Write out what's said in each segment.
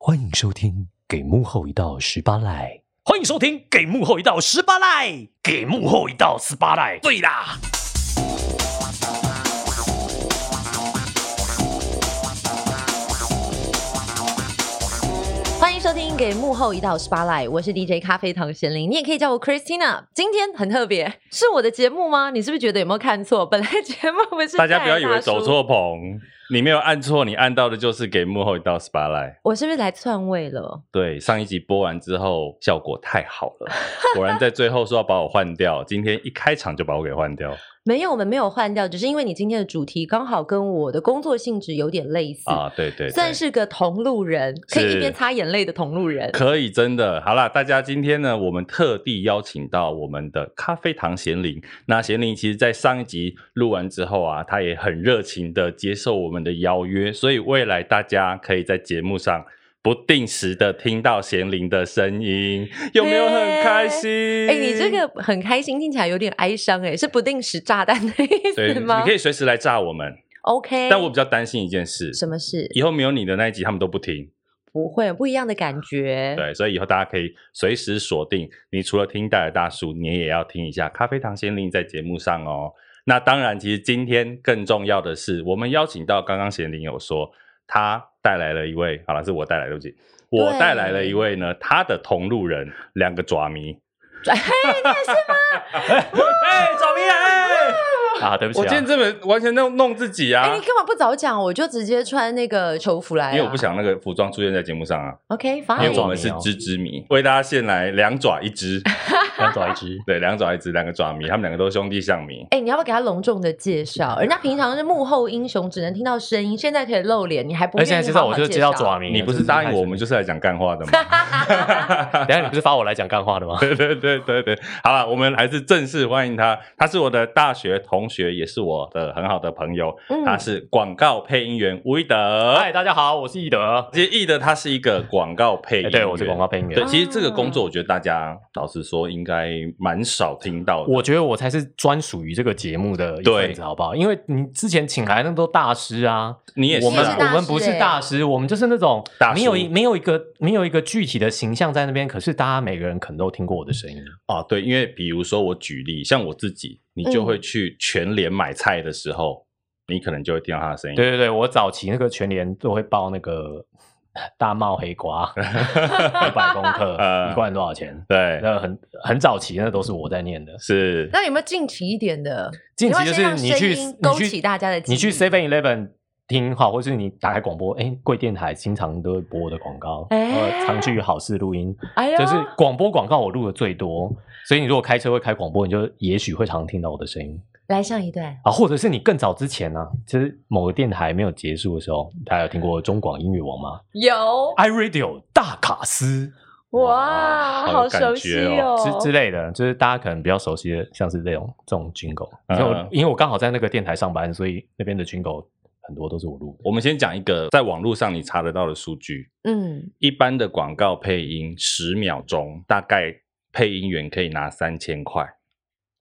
欢迎收听《给幕后一道十八赖》。欢迎收听《给幕后一道十八赖》，给幕后一道十八赖。对啦，欢迎收听《给幕后一道 SPA l i 我是 DJ 咖啡糖贤玲，你也可以叫我 Christina。今天很特别，是我的节目吗？你是不是觉得有没有看错？本来节目不是大家不要戴以大为叔走，错棚，你没有按错，你按到的就是给幕后一道 spotlight。我是不是来篡位了？对，上一集播完之后效果太好了，果然在最后说要把我换掉，今天一开场就把我给换掉没有，我们没有换掉，只是因为你今天的主题刚好跟我的工作性质有点类似，啊！对对对，算是个同路人，可以一边擦眼泪的同路人。可以，真的好啦，大家今天呢，我们特地邀请到我们的咖啡糖贤玲。那贤玲其实，在上一集录完之后啊，她也很热情的接受我们的邀约，所以未来大家可以在节目上不定时的听到贤玲的 声音，有没有很开心？哎、你这个很开心，听起来有点哀伤，哎，是不定时炸弹的意对，思你吗可以随时来炸我们， ？OK，但我比较担心一件事，什么事？以后没有你的那一集，他们都不听。不会，不一样的感觉。对，所以以后大家可以随时锁定，你除了听戴尔大叔，你也要听一下咖啡糖先令在节目上哦。那当然，其实今天更重要的是，我们邀请到刚刚贤玲有说，他带来了一位，好了，是我带来，对不起，我带来了一位呢，他的同路人，两个爪迷。 哎，找明来。啊，对不我今天这本完全弄弄自己啊哎、，你干嘛不早讲？我就直接穿那个囚服来、啊。因为我不。想那个服装出现在节目上哎啊， OK，因为两爪 fine。我们是迷哦芝芝迷，为大家献来两爪一 只，，两爪一只对，两爪一只，两个爪迷，他们两个都是兄弟象迷。哎、你要不要给他隆重的介绍？人家平常是幕后英雄，只能听到声音，现在可以露脸，你还不而哎愿意且现在介好绍好我就是介绍爪迷，你不是答应我们就是来讲干话 的吗？等一下你不是发我来讲干话的 吗？对对对对对，好了，我们还是正式欢迎他。他是我的大学同学，也是我的很好的朋友。嗯他是广告配音员吴一德。哎嗨，大家好，我是易德。其实易德他是一个广告配音哎，员，对，我是广告。配音对，员。其实这个工作我觉得大家老实说应该蛮少听到的。我觉得我才是专属于这个节目的一对份子，好不好？因为你之前请来那都大师啊，你也是我们你也是我大师们不是欸大哎师，我们就是那种大叔没有一没有一个没有一个具体的形象在那边，可是大家每个人可能都听过我的声音。啊，对，因为比如说我举例，像我自己，你就会去全联买菜的时候，你可能就会听到他的声音。对对对，我早期那个全联都会报那个 大帽黑 瓜，一百公克，呃嗯一罐多少钱？对，那很很早期，那都是我在念的。是那有没有近期一点的？近期你就要先是让你去声音你勾去起大家的记忆你去 Seven Eleven 听好，或是你打开广播，哎，贵电台经常都会播我的广告，哎呃，常去好事录音，哎呦，就是广播广告我录的最多，所以你如果开车会开广播，你就也许会常听到我的声音来上一段。啊，或者是你更早之前呢、啊，其实某个电台没有结束的时候，大家有听过中广音乐网吗有？iRadio 大卡司哇，好有好感熟悉觉哦之之类的，就是大家可能比较熟悉的，像是这种这种军狗，因嗯为我因为我刚好在那个电台上班，所以那边的军狗很多都是我录的。我们先讲一个在网络上你查得到的数据，嗯，一般的广告配音十秒钟，大概配音员可以拿三千块，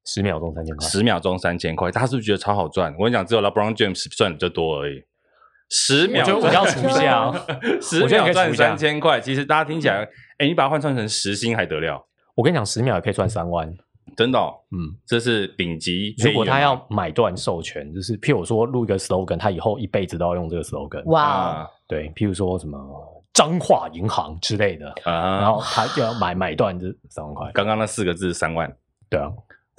十秒钟三千块，十秒钟三千块，他是不是觉得超好赚？我跟你讲，只有 LeBron James 赚的就多而已。十秒我觉得钟，我要除一下 哦十我觉得你秒可以赚除一下三千块，其实大家听起来，哎、你把它换算成时薪还得了？我跟你讲，十秒也可以赚三万。真的、哦，嗯，这是顶级配如音员。果他要买断授权，就是譬如说录一个 slogan，他以后一辈子都要用这个 slogan。哇，哦啊对，譬如说什么彰化银行之类的，然啊，后他就要买买断这三万块。刚刚那四个字三万，对啊，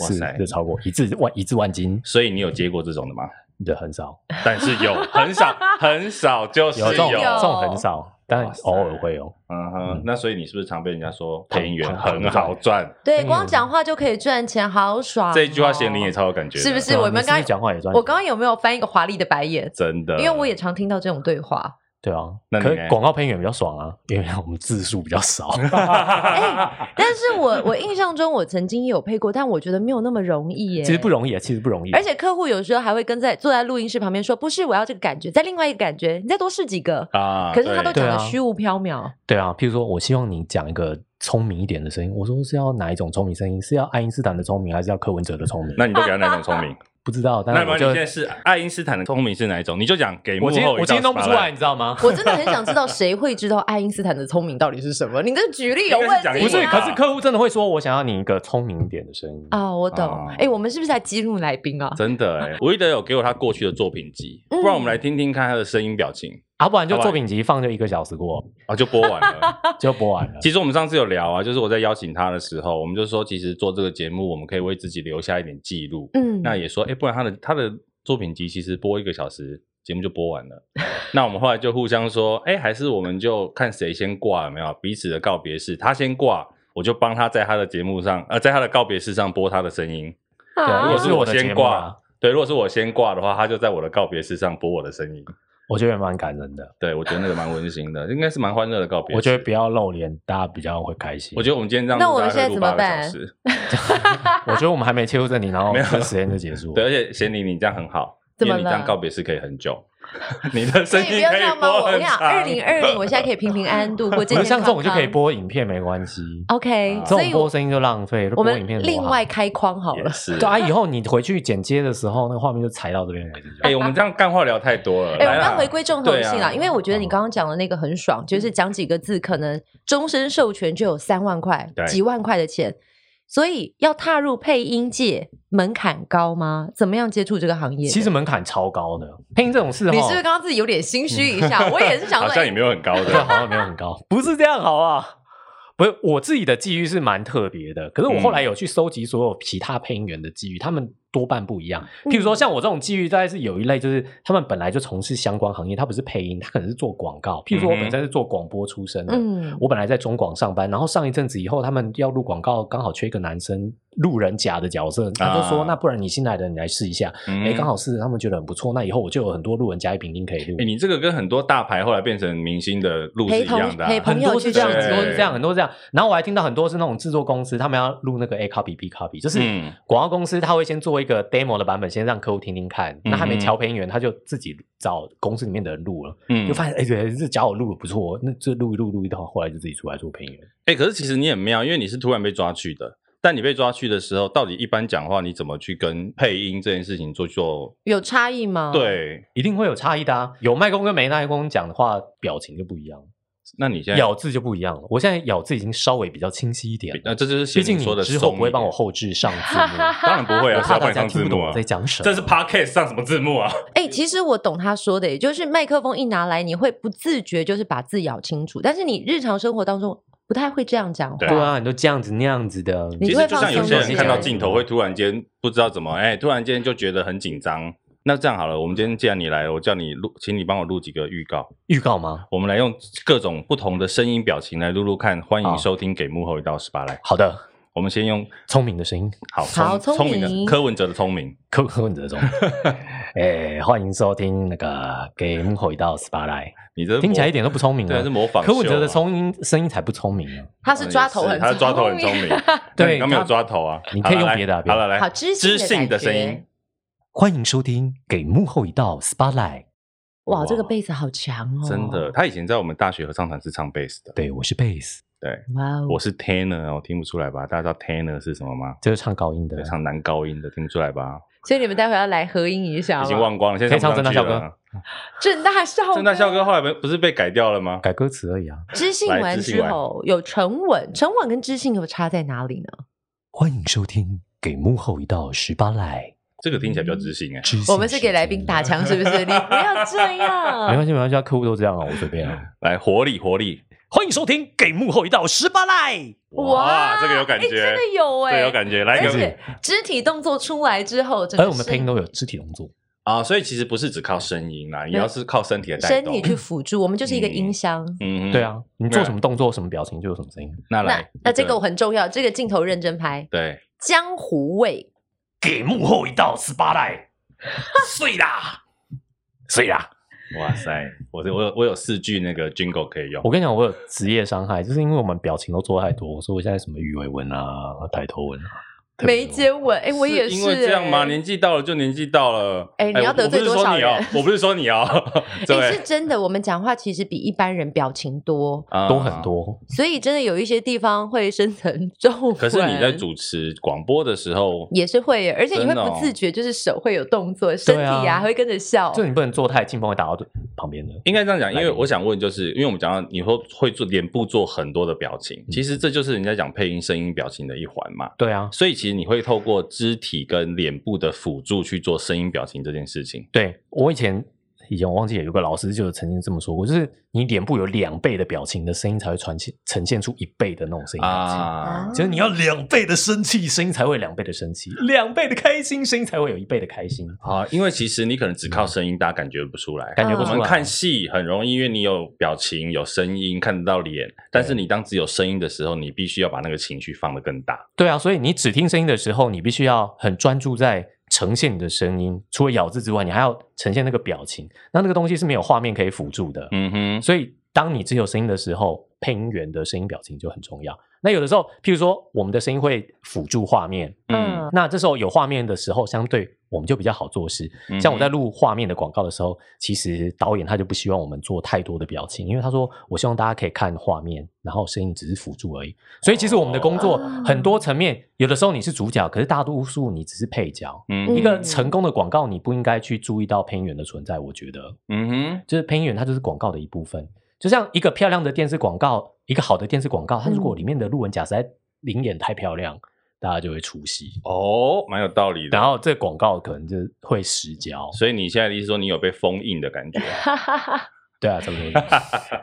哇是塞就超过一字万一字万金所以你有接过这种的吗？的很少，但是 有，很少，很少，就 是有这种有这种很少，但哇塞偶尔会有。嗯嗯哼，那所以你是不是常被人家说胖配音员胖很好赚？对，光讲话就可以赚钱，好爽哦。这一句话贤玲也超有感觉的，是不对是？啊我你们是不刚是讲话也赚我刚刚有没有翻一个华丽的白眼？真的？因为我也常听到这种对话。对啊，那你可呢广告配音员比较爽啊，因为我们字数比较 少。 但是我我印象中我曾经有配过，但我觉得没有那么容易耶。其实不容易啊，其实不容易。而且客户有时候还会跟在坐在录音室旁边说：“不是，我要这个感觉，再另外一个感觉，你再多试几个。啊，可是他对都对讲的啊虚无 缥缈，对啊，譬如说我希望你讲一个聪明一点的声音，我说是要哪一种聪明声音？是要爱因斯坦的聪明，还是要柯文哲的聪明？ 那你都给他哪种聪明？不知道，但那是么我你就现在是爱因斯坦的聪明是哪一种？你就讲给幕我后今天一我道今天弄不出 spotlight 来，你知道吗？我真的很想知道谁会知道爱因斯坦的聪明到底是什么？你这举例有问应该是讲题、啊。英不是，文吧可是客户真的会说，我想要你一个聪明一点的声音。啊、我懂。哦哎、我们是不是在激怒来宾啊？真的哎、吴一德有给我他过去的作品集，嗯不然我们来听听看他的声音表情啊，不然就好吧作品集放就一个小时过，啊，就播完了。 就播完了。其实我们上次有聊啊，就是我在邀请他的时候，我们就说，其实做这个节目，我们可以为自己留下一点记录。嗯，那也说，哎、不然他的他的作品集其实播一个小时，节目就播完了。 那我们后来就互相说，哎、还是我们就看谁先挂，有没有彼此的告别式，他先挂。我就帮他在他的节目上，呃，在他的告别式上播他的声音。对，如如果果是是我我的节先目挂，啊，对，如果是我先挂的话，他就在我的告别式上播我的声音。我觉得也蛮感人的。对，我觉得那个蛮温馨的，应该是蛮欢乐的告别式。我觉得不要露脸，大家比较会开心。我觉得我们今天这样，那我们现在怎么办时 我觉得我们还没切入正题，然后没有这时间就结束。对，而且贤玲，你这样很好，怎因么为你这样了告别式可以很久， 你的所声以不音要可这以样帮我。播我跟很你讲，长。二零二零，我现在可以平平安 安度过我健觉得健像这种就可以康康。播影片没关系， OK，啊这所以种播声音就浪费，就我播们影片多另好外开框好也了。是。对啊，以后你回去剪接的时候，那个画面就裁到这边为止就好。 哎，我们这样干话聊太多了。哎、我来啊们啦要回归正统性对啦，啊嗯因为我觉得你刚刚讲的那个很爽，就是讲几个字，可能终身授权就有三万块、对几万块的钱，所以要踏入配音界门槛高吗？怎么样接触这个行业？其实门槛超高的，配音这种事你是不哈是，刚刚自己有点心虚一 下？我也是想好说，像哎也没有很高对，好的，像没有很高， 不是这样好啊。不是我自己的际遇是蛮特别的，可是我后来有去收集所有其他配音员的际遇，他们多半不一样。譬如说像我这种际遇，大概是有一类就是他们本来就从事相关行业，他不是配音，他可能是做广告。譬如说我本身是做广播出身的，嗯，我本来在中广上班，然后上一阵子以后，他们要录广告，刚好缺一个男生路人甲的角色，他就说：“啊那不然你新来的，你来试一下。嗯哎，刚好是他们觉得很不错，那以后我就有很多路人甲乙丙丁可以录哎，。你这个跟很多大牌后来变成明星的路是陪一样同的啊。陪很朋友多去是这这样，样对很多子，是这样，很多是这样。然后我还听到很多是那种制作公司，他们要录那个 A copy B copy，就是嗯广告公司他会先做一个 demo 的版本，先让客户听听看。那还没嗯哼调配音员，他就自己找公司里面的人录了，嗯就发现哎，对，这脚我录的不错，哦那这录一录录一套，后来就自己出来做配音员。哎、可是其实你很妙，因为你是突然被抓去的。但你被抓去的时候，到底一般讲话你怎么去跟配音这件事情做做？有差异嗯吗？，对，一定会有差异的啊！有麦克风跟没麦克风讲的话，表情就不一样，那你现在咬字就不一样了。我现在咬字已经稍微比较清晰一点了，那、这就是毕贤竟玲你说的之后松不会一帮点我后置上字幕， 当然不会我 啊，是怕要帮大你家上字听不幕懂我啊在。讲什么。这是 podcast 上什么字幕啊？哎、其实我懂他说的，也就是麦克风一拿来，你会不自觉就是把字咬清楚，但是你日常生活当中不太会这样讲话。对对啊，你都这样子那样子的，你其会实就放像有松些一人点看到镜头会突然间不知道怎么，哎、突然间就觉得很紧张。那这样好了，我们今天既然你来了，我叫你录，请你帮我录几个预告，预告吗？我们来用各种不同的声音表情来录录看。欢好迎收听《给幕后一道十八来》，好的，我们先用聪明的声音，好好聪聪明明的柯文哲的聪明。柯柯文哲 中。哎，欢迎收听那个《给幕后一道 SPA 来你这》，听起来一点点都不聪明对啊，啊是！模仿秀啊。柯文哲的聪音声音才不聪明呢。啊他是抓头也很是他抓头很聪明。 对那你刚没有他抓头啊？你可以好了用来别的啊别的好了，来，好知性的知性的感声觉音。欢迎收听《给幕后一道 SPA 来》，哇，这个贝斯好强哦！真的，，他以前在我们大学合唱团是唱贝斯的。对我是贝斯，对，哇哦！我是 tenor，哦，听不出来吧？大家知道 tenor 是什么吗？就是唱高音的啊对，，唱男高音的，听不出来吧？所以你们待会要来合音一下吗已经忘光了，现可在以唱不上去正大校了。正大校歌正大校歌后来不不是被改掉了吗？改歌词而已啊。知性来完知性之完后有沉稳，沉稳跟知性有差在哪里呢？欢迎收听《给幕后一道十八来这个听起来比较知性哎》。。知性我们是给来宾打时枪，是不是？你不要 这间，没样。关系，没关系，客户都这样啊，我随便啊。来，活力活力，欢迎收听《给幕后一道十八赖哇，这个有感哎觉，真的有哎，这个有感觉。来一而个哎且肢体动作出来之后，整而个哎我们是配音都有肢体动作，啊，所以其实不是只靠声音啦，也要是靠身体的带身动。体去辅助，我们就是一个嗯音箱。嗯，对，啊，你做什么动作、什么表情就有什么声音。那那来，那一这个很重要，这个镜头认真拍，对，江湖味。》，给幕后一道十八赖，碎啦，碎啦！哇塞，我我有我有四句那个 jingle 可以用我。跟你讲，我有职业伤害，就是因为我们表情都做太多，所以我现在什么鱼尾纹啊、抬头纹啊，特别没多接吻，哎，我是也是因为这样吗？哎年纪到了就年纪到了。哎你要我得罪我不多是说少你哦人，我不是说你哦， 哎，是对，真的，我们讲话其实比一般人表情多，啊都很。多，所以真的有一些地方会深层 皱纹。可是你在主持广播的时候，也是会耶，而且你会真的哦不自觉，就是手会有动作，身体对啊会跟着笑。就你不能做太近，不然会打到对旁边的。应该这样讲，因为来宾我想问，就是因为我们讲到你会会做脸部做很多的表情，嗯其实这就是人家讲配音声音表情的一环嘛。对啊，所以其实你会透过肢体跟脸部的辅助去做声音表情这件事情。对我以前以前我忘记有一个老师就曾经这么说过，就是你脸部有两倍的表情的声音才会传现呈现出一倍的那种声音表情。啊，就是你要两倍的生气，声音才会有两倍的生气；两倍的开心，声音才会有一倍的开心。啊，因为其实你可能只靠声音，大家感觉不出来。嗯感觉不啊嗯出我来。们看戏很容易，因为你有表情、有声音，看得到脸。但是你当只有声音的时候，你必须要把那个情绪放得更大。对啊，所以你只听声音的时候，你必须要很专注在呈现你的声音，除了咬字之外，你还要呈现那个表情。那那个东西是没有画面可以辅助的，嗯哼，所以当你只有声音的时候，配音员的声音表情就很重要。那有的时候，譬如说我们的声音会辅助画面，嗯，那这时候有画面的时候，相对我们就比较好做事。嗯像我在录画面的广告的时候，其实导演他就不希望我们做太多的表情，因为他说我希望大家可以看画面，然后声音只是辅助而已。所以其实我们的工作哦很多层面，有的时候你是主角，可是大多数你只是配角。嗯一个成功的广告，你不应该去注意到配音员的存在，我觉得。嗯哼，就是配音员，他就是广告的一部分。就像一个漂亮的电视广告，一个好的电视广告，它如果嗯里面的路人甲实在灵眼太漂亮，大家就会出戏，哦，蛮有道理然的。后这广告可能就会失焦。所以你现在的意思说你有被封印的 感觉？哈哈哈。对啊，差不多。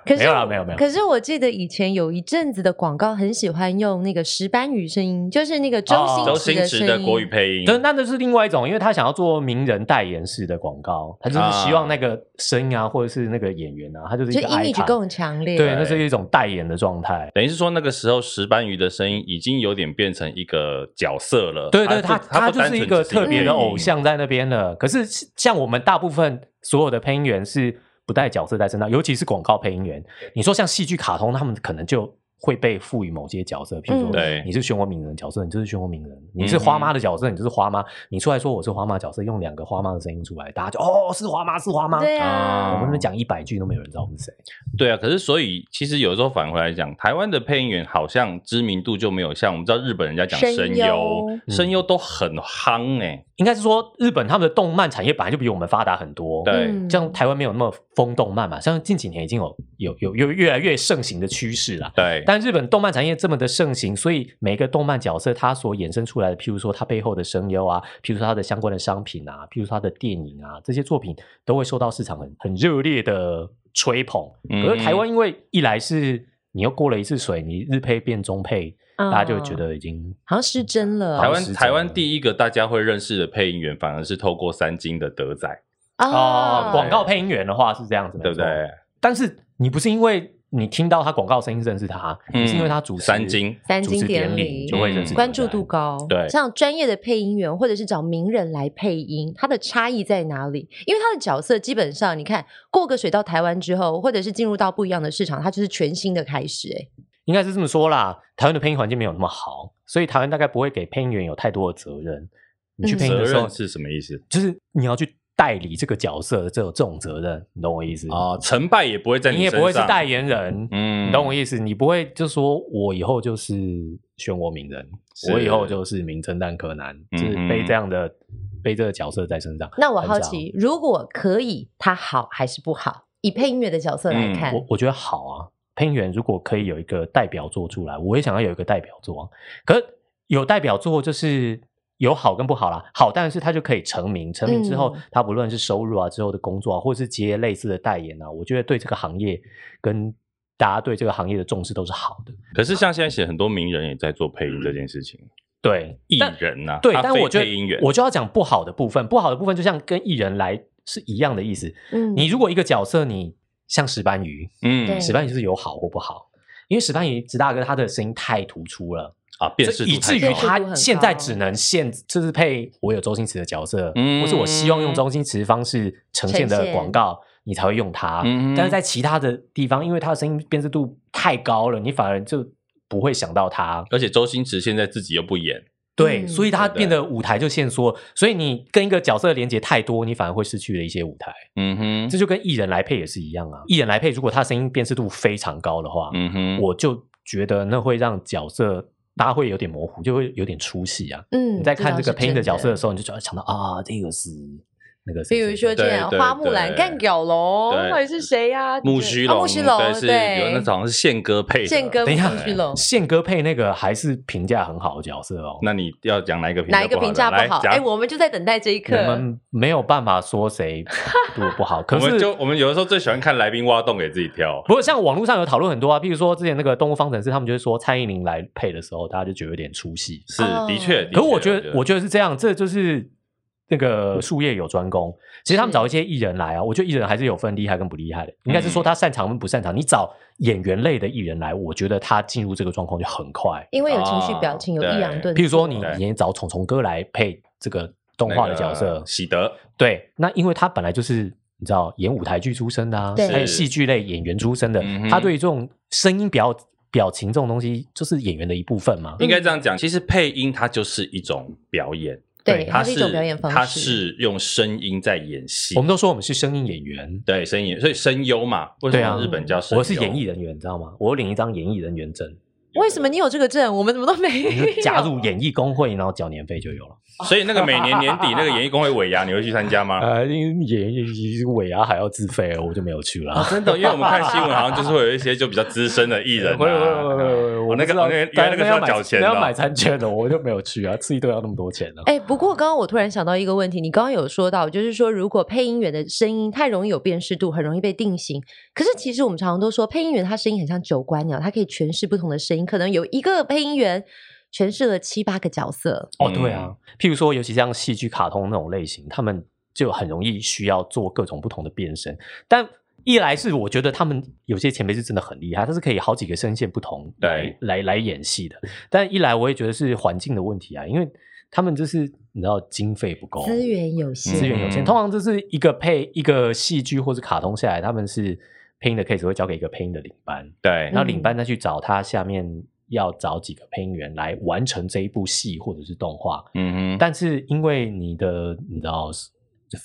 可是没有啦我没有没有可是我记得以前有一阵子的广告很喜欢用那个石斑鱼声音，就是那个周哦周星星驰驰的声的音。国语配音，但那就是另外一种，因为他想要做名人代言式的广告，他就是希望那个声音啊，或者是那个演员啊，他就是一就个 image icon 更强烈，对，那是一种代言的状态。等于是说那个时候石斑鱼的声音已经有点变成一个角色了。对对，他他他就是一个特别的偶。不单纯只是配音像在那边了。可是像我们大部分所有的配音员是不带角色在身上，尤其是广告配音员。你说像戏剧、卡通，他们可能就会被赋予某些角色，譬如嗯说对你是漩涡鸣人角色，你就是漩涡鸣人；你是花妈的角色，你就是花妈。你出来说我是花妈角色，用两个花妈的声音出来，大家就哦是花妈是花妈。对啊我啊，们那讲一百句都没有人知道我们是谁。对啊，可是所以其实有时候返回来讲，台湾的配音员好像知名度就没有像我们知道日本人家讲声声优嗯优，声优都很夯哎、应该是说日本他们的动漫产业本来就比我们发达很多。对嗯像台湾没有那么风动漫嘛，像近几年已经有有有有越来越盛行的趋势啦。对，但日本动漫产业这么的盛行，所以每个动漫角色它所衍生出来的，譬如说它背后的声优啊，譬如说它的相关的商品啊，譬如说它的电影啊，这些作品都会受到市场很很热烈的吹捧。嗯可是台湾因为一来是你又过了一次水，你日配变中配，嗯大家就会觉得已经好像失真了台好湾是这样台湾第一个大家会认识的配音员，反而是透过三金的德仔，哦啊，广告配音员的话是这样子，对不没错对？但是你不是因为你听到他广告声音认识他，嗯你是因为他主持三金三主金持典典礼就会认识嗯你关注度。高，对像专业的配音员或者是找名人来配音，它的差异在哪里？因为他的角色基本上，你看过个水到台湾之后，或者是进入到不一样的市场，它就是全新的开始、哎，应该是这么说啦，台湾的配音环境没有那么好，所以台湾大概不会给配音员有太多的责任。你嗯去配音责的时候任，是什么意思？就是你要去代理这个角色的这种这种责任，你懂我意思？啊，成败也不会在你也身不会是上代言人，嗯你懂我意思？你不会就说我以后就是漩涡鸣人，是嗯我以后就是名侦探柯南，就是背这样的背这个角色在身上。那我很好少奇，如果可以，它好还是不好？以配音乐的角色来嗯看，我我觉得好啊，配音员如果可以有一个代表作出来，我也想要有一个代表作啊。可有代表作就是有好跟不好啦，好当然是他就可以成名，成名之后、嗯他不论是收入啊之后的工作啊，或是接类似的代言啊，我觉得对这个行业跟大家对这个行业的重视都是好的。可是像现在写很多名人也在做配音这件事情，对，艺但人呐、啊，对，他但非我觉配音得员，我就要讲不好的部分，不好的部分就像跟艺人来是一样的意思。嗯你如果一个角色你像石斑鱼，对嗯石斑鱼就是有好或不好，因为石斑鱼直大哥他的声音太突出了，啊，辨识所度以以至太于高辨识度很他高现在只能限，就是配我有周星驰的角色，嗯或是我希望用周星驰方式呈现呈的现广告，你才会用它。嗯但是在其他的地方，因为他的声音辨识度太高了，你反而就不会想到他。而且周星驰现在自己又不演，对，嗯所以它对变得舞台就限缩，所以你跟一个角色的连接太多，你反而会失去了一些舞台。嗯哼，这就跟艺人来配也是一样啊。艺人来配，如果他声音辨识度非常高的话，嗯哼，我就觉得那会让角色大家会有点模糊，就会有点出戏啊。嗯，你在看倒这是个配音真的角色的时候，你就主要想到啊，这个是那个谁，比如说谁谁这样，对对花木兰对干屌龙对到底是谁呀？ 木须啊龙，木须龙对，是有那对，种是宪哥配的。宪哥等一下木须龙。宪哥配那个还是评价很好的角色哦。那你要讲哪一个评价哪一个评价不好不呢？好？来哎，讲我们就在等待这一刻我。们没有办法说谁不不好，可我们是就我们有的时候最喜欢看来宾挖洞给自己跳。不过像网络上有讨论很多啊，譬如说之前那个《动物方程式》，他们就会说蔡依林来配的时候，大家就觉得有点出戏。是哦，的确。的可是我确觉得，我觉得是这样，这就是那嗯个术业有专攻。其实他们找一些艺人来啊，我觉得艺人还是有分厉害跟不厉害的，应该是嗯说他擅长跟不擅长。你找演员类的艺人来，我觉得他进入这个状况就很快。因为有情绪表哦情，有对抑扬顿挫。譬如说，你对也找虫虫哥来配这个动画的角色，那个喜德，对，那因为他本来就是你知道演舞台剧出身的、啊，对还有戏剧类演员出身的，嗯哼他对于这种声音表表情这种东西，就是演员的一部分嗯嘛。应该这样讲，其实配音它就是一种表演，对它它是一种表演方式它是用声音在演戏我。们都说我们是声音演员，对，声音，所以声优嘛，为什对啊么日本叫声优？我是演艺人员，你知道吗？我有领一张演艺人员 证，为什么你有这个证，我们怎么都没你就有？加入演艺工会，然后缴年费就有 了。所以那个每年年底那个演艺工会尾牙，你会去参 加吗？呃，演演尾牙还要自费，我就没有去了。真 的，因为我们看新闻好像就是会有一些就比较资深的艺人 啊。会会会会，哦我那个 哦那个原来那个是要缴钱的要哦，买餐券的，我就没有去啊，吃一顿要那么多钱呢。 哎，不过刚刚我突然想到一个问题，你刚刚有说到，就是说如果配音员的声音太容易有辨识度，很容易被定型。可是其实我们常常都说，配音员他声音很像九官鸟，他可以诠释不同的声音，可能有一个配音员诠释了七八个角色。哦，对嗯啊，譬如说，尤其像戏剧、卡通那种类型，他们就很容易需要做各种不同的变身。但一来是我觉得他们有些前辈是真的很厉害，他是可以好几个声线不同来对来来演戏的。但一来我也觉得是环境的问题啊，因为他们就是你知道经费不够，资源有限，资源有限，嗯通常就是一个配一个戏剧或是卡通下来，他们是配音的 case 会交给一个配音的领班，嗯对然后领班再去找他下面要找几个配音员来完成这一部戏或者是动画。嗯哼，但是因为你的你知道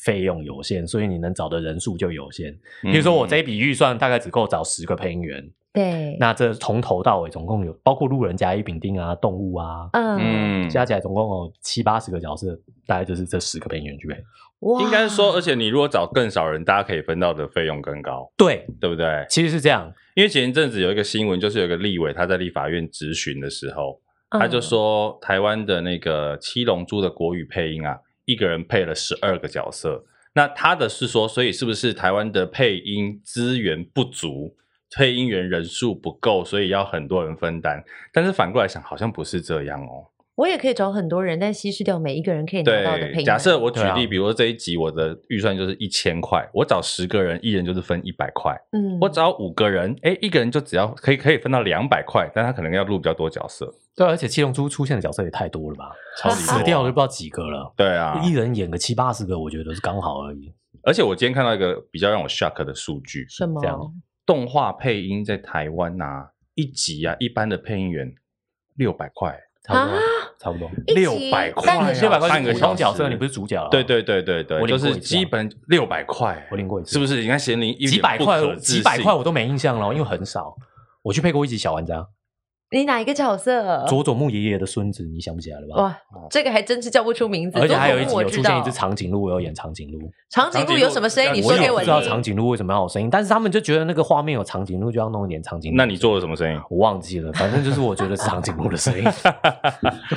费用有限，所以你能找的人数就有限。比如说嗯我这一笔预算大概只够找十个配音员，对，那这从头到尾总共有包括路人甲、乙丙丁啊、动物啊，嗯，嗯，加起来总共有七八十个角色，大概就是这十个配音员去配。哇应该是说，而且你如果找更少人，大家可以分到的费用更高，对，对不对？其实是这样。因为前一阵子有一个新闻，就是有一个立委他在立法院质询的时候，呃他嗯就说台湾的那个《七龙珠》的国语配音啊，一个人配了十二个角色。那他的是说，所以是不是台湾的配音资源不足，配音员人数不够，所以要很多人分担？但是反过来想，好像不是这样哦。我也可以找很多人，但稀释掉每一个人可以拿到的配对，音。假设我举对啊例，比如说这一集我的预算就是一千块，我找十个人，一人就是分一百块。嗯，我找五个人，哎，一个人就只要可以可以分到两百块，但他可能要录比较多角色，对，啊而且七龙珠出现的角色也太多了吧，超级多死掉了就不知道几个了。对啊，一人演个七八十个，我觉得是刚好而已。而且我今天看到一个比较让我 shock 的数据，什么这样动画配音在台湾啊，一集啊，一般的配音员六百块，差不啊多，差不多。一集600块半啊个七百块半是个普小通时角色，你不是主角啊。对对对对对，我领就过一是次啊基本六百块，我领过一次是不是？你看贤玲几百块有点不可，置几百信块我都没印象了，因为很少。我去配过一集小玩家，你哪一个角色？佐佐木爷爷的孙子，你想不起来了吧？哇，这个还真是叫不出名字。哦而且还有一集多恐有怖我出知现道一只长颈鹿，我有演长颈鹿。长颈鹿有什么声音？你我说也给不我知道听。长颈鹿为什么要有声音，但是他们就觉得那个画面有长颈鹿就要弄一点长颈鹿。那你做了什么声音？我忘记了，反正就是我觉得是长颈鹿的 声音。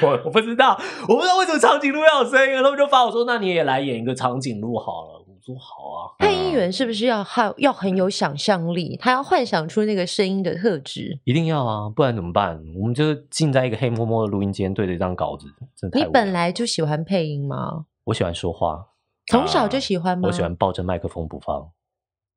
我我不知道，我不知道为什么长颈鹿要有声音，他们就发我说：“那你也来演一个长颈鹿好了。”我说：“好啊。配音员是不是要好要很有想象力？他要幻想出那个声音的特质”。一定要啊，不然怎么办？我们就是浸在一个黑摸摸的录音间，对着一张稿子，真的你太无聊本来就喜欢配音吗？我喜欢说话，从小就喜欢啊吗？我喜欢抱着麦克风不放。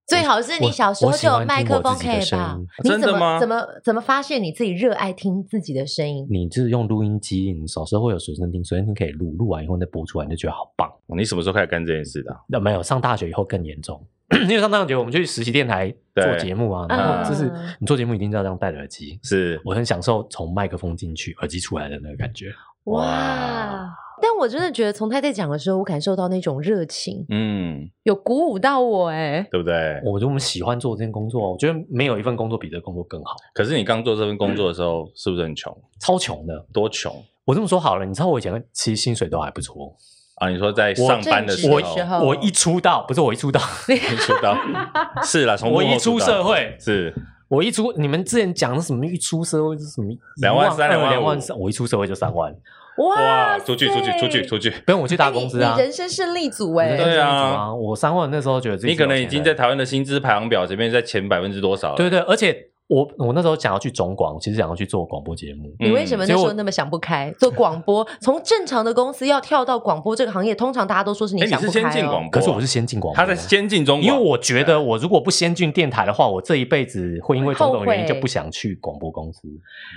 最好是你小时候就有麦克风可我我以喜欢吧听我？你自己的声音怎真的么吗怎么怎么发现你自己热爱听自己的声音？你就是用录音机，你小时候会有随身听，随身听可以录，录完以后再播出来，你就觉得好棒。你什么时候开始干这件事的啊？那没有上大学以后更严重， 因为上大学我们去实习电台做对节目啊，嗯然后就是你做节目一定要这样戴着耳机。是我很享受从麦克风进去，耳机出来的那个感觉。哇！但我真的觉得从太太讲的时候，我感受到那种热情，嗯，有鼓舞到我哎、对不对？我觉得我们喜欢做这件工作，我觉得没有一份工作比这个工作更好，可是你刚做这份工作的时候，是不是很穷？超穷的。多穷我这么说好了，你知道我以前其实薪水都还不错，啊？你说在上班的时我候，正职的时候哦我一出道不是我一出道，出 道是啦， 从幕我一后出道社会，是我一出你们之前讲的什么一出社会是什么两万三两两万万五三，我一出社会就三万，哇，哇塞，出去出去出去出去，不用我去大你公司啊哎你。人生胜利组我哎、在公司对啊那种啊，我三万那时候觉得自己你是有钱可能人已经在台湾的薪资排行表前面在前百分之多少了？对对，而且我我那时候想要去总广，我其实想要去做广播节目，嗯你为什么那结时候果那么想不开？做广播，从正常的公司要跳到广播这个行业，通常大家都说是哎，想不你是先开进哦。广播，可是我是先进广播他啊，在先进中广，因为我觉得，我如果不先进电台的话，我这一辈子会因为种种原因后悔就不想去广播公司，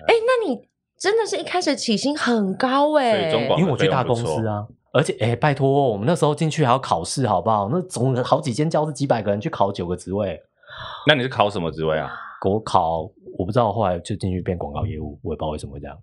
哎、那你真的是一开始起薪很高哎、对中广因为我去大公司啊。而且，哎，拜托，我们那时候进去还要考试，好不好？那总有好几间教室，几百个人去考九个职位。那你是考什么职位啊？我考，我不知道，我后来就进去变广告业务，我也不知道为什么会这样。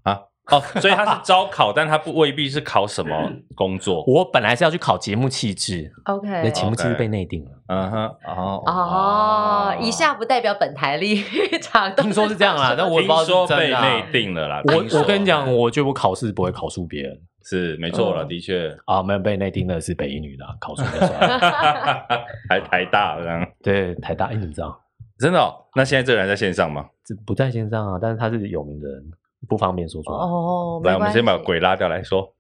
哦，所以他 是招考，但他不未必是考什么工作。我本来是要去考节目气质，那 OK，节目气质被内定了。嗯哼，哦哦，以下不代表本台立场。听说是这样啦，但我也听不知道说是真被的啊、内定了啦。听我说我跟你讲，我觉得我考试不会考输别人是没错了，嗯的确 啊，没有被内定的是北一女的啊，考输就算 了。还台大这样，对，台大，哎，你怎么知道？真的哦。那现在这个人还在线上吗？这不在线上啊，但是他是有名的人，不方便说出来， 哦，来，我们先把没关系鬼拉掉来说。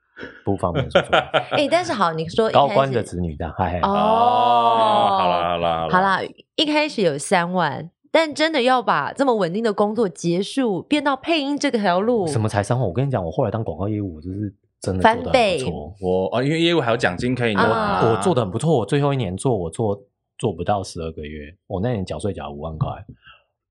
不方便说 出来。哎、但是好，你说一开高始官的子女的，嗨，哦，哦好啦好啦好，啦，一开始有三万，但真的要把这么稳定的工作结束，变到配音这条路，什么才三万？我跟你讲，我后来当广告业务，我就是真的翻做的倍很不错，我哦，因为业务还有奖金可以拿，啊我做的很不错。我最后一年做，我做做不到十二个月，我那年缴税缴五万块。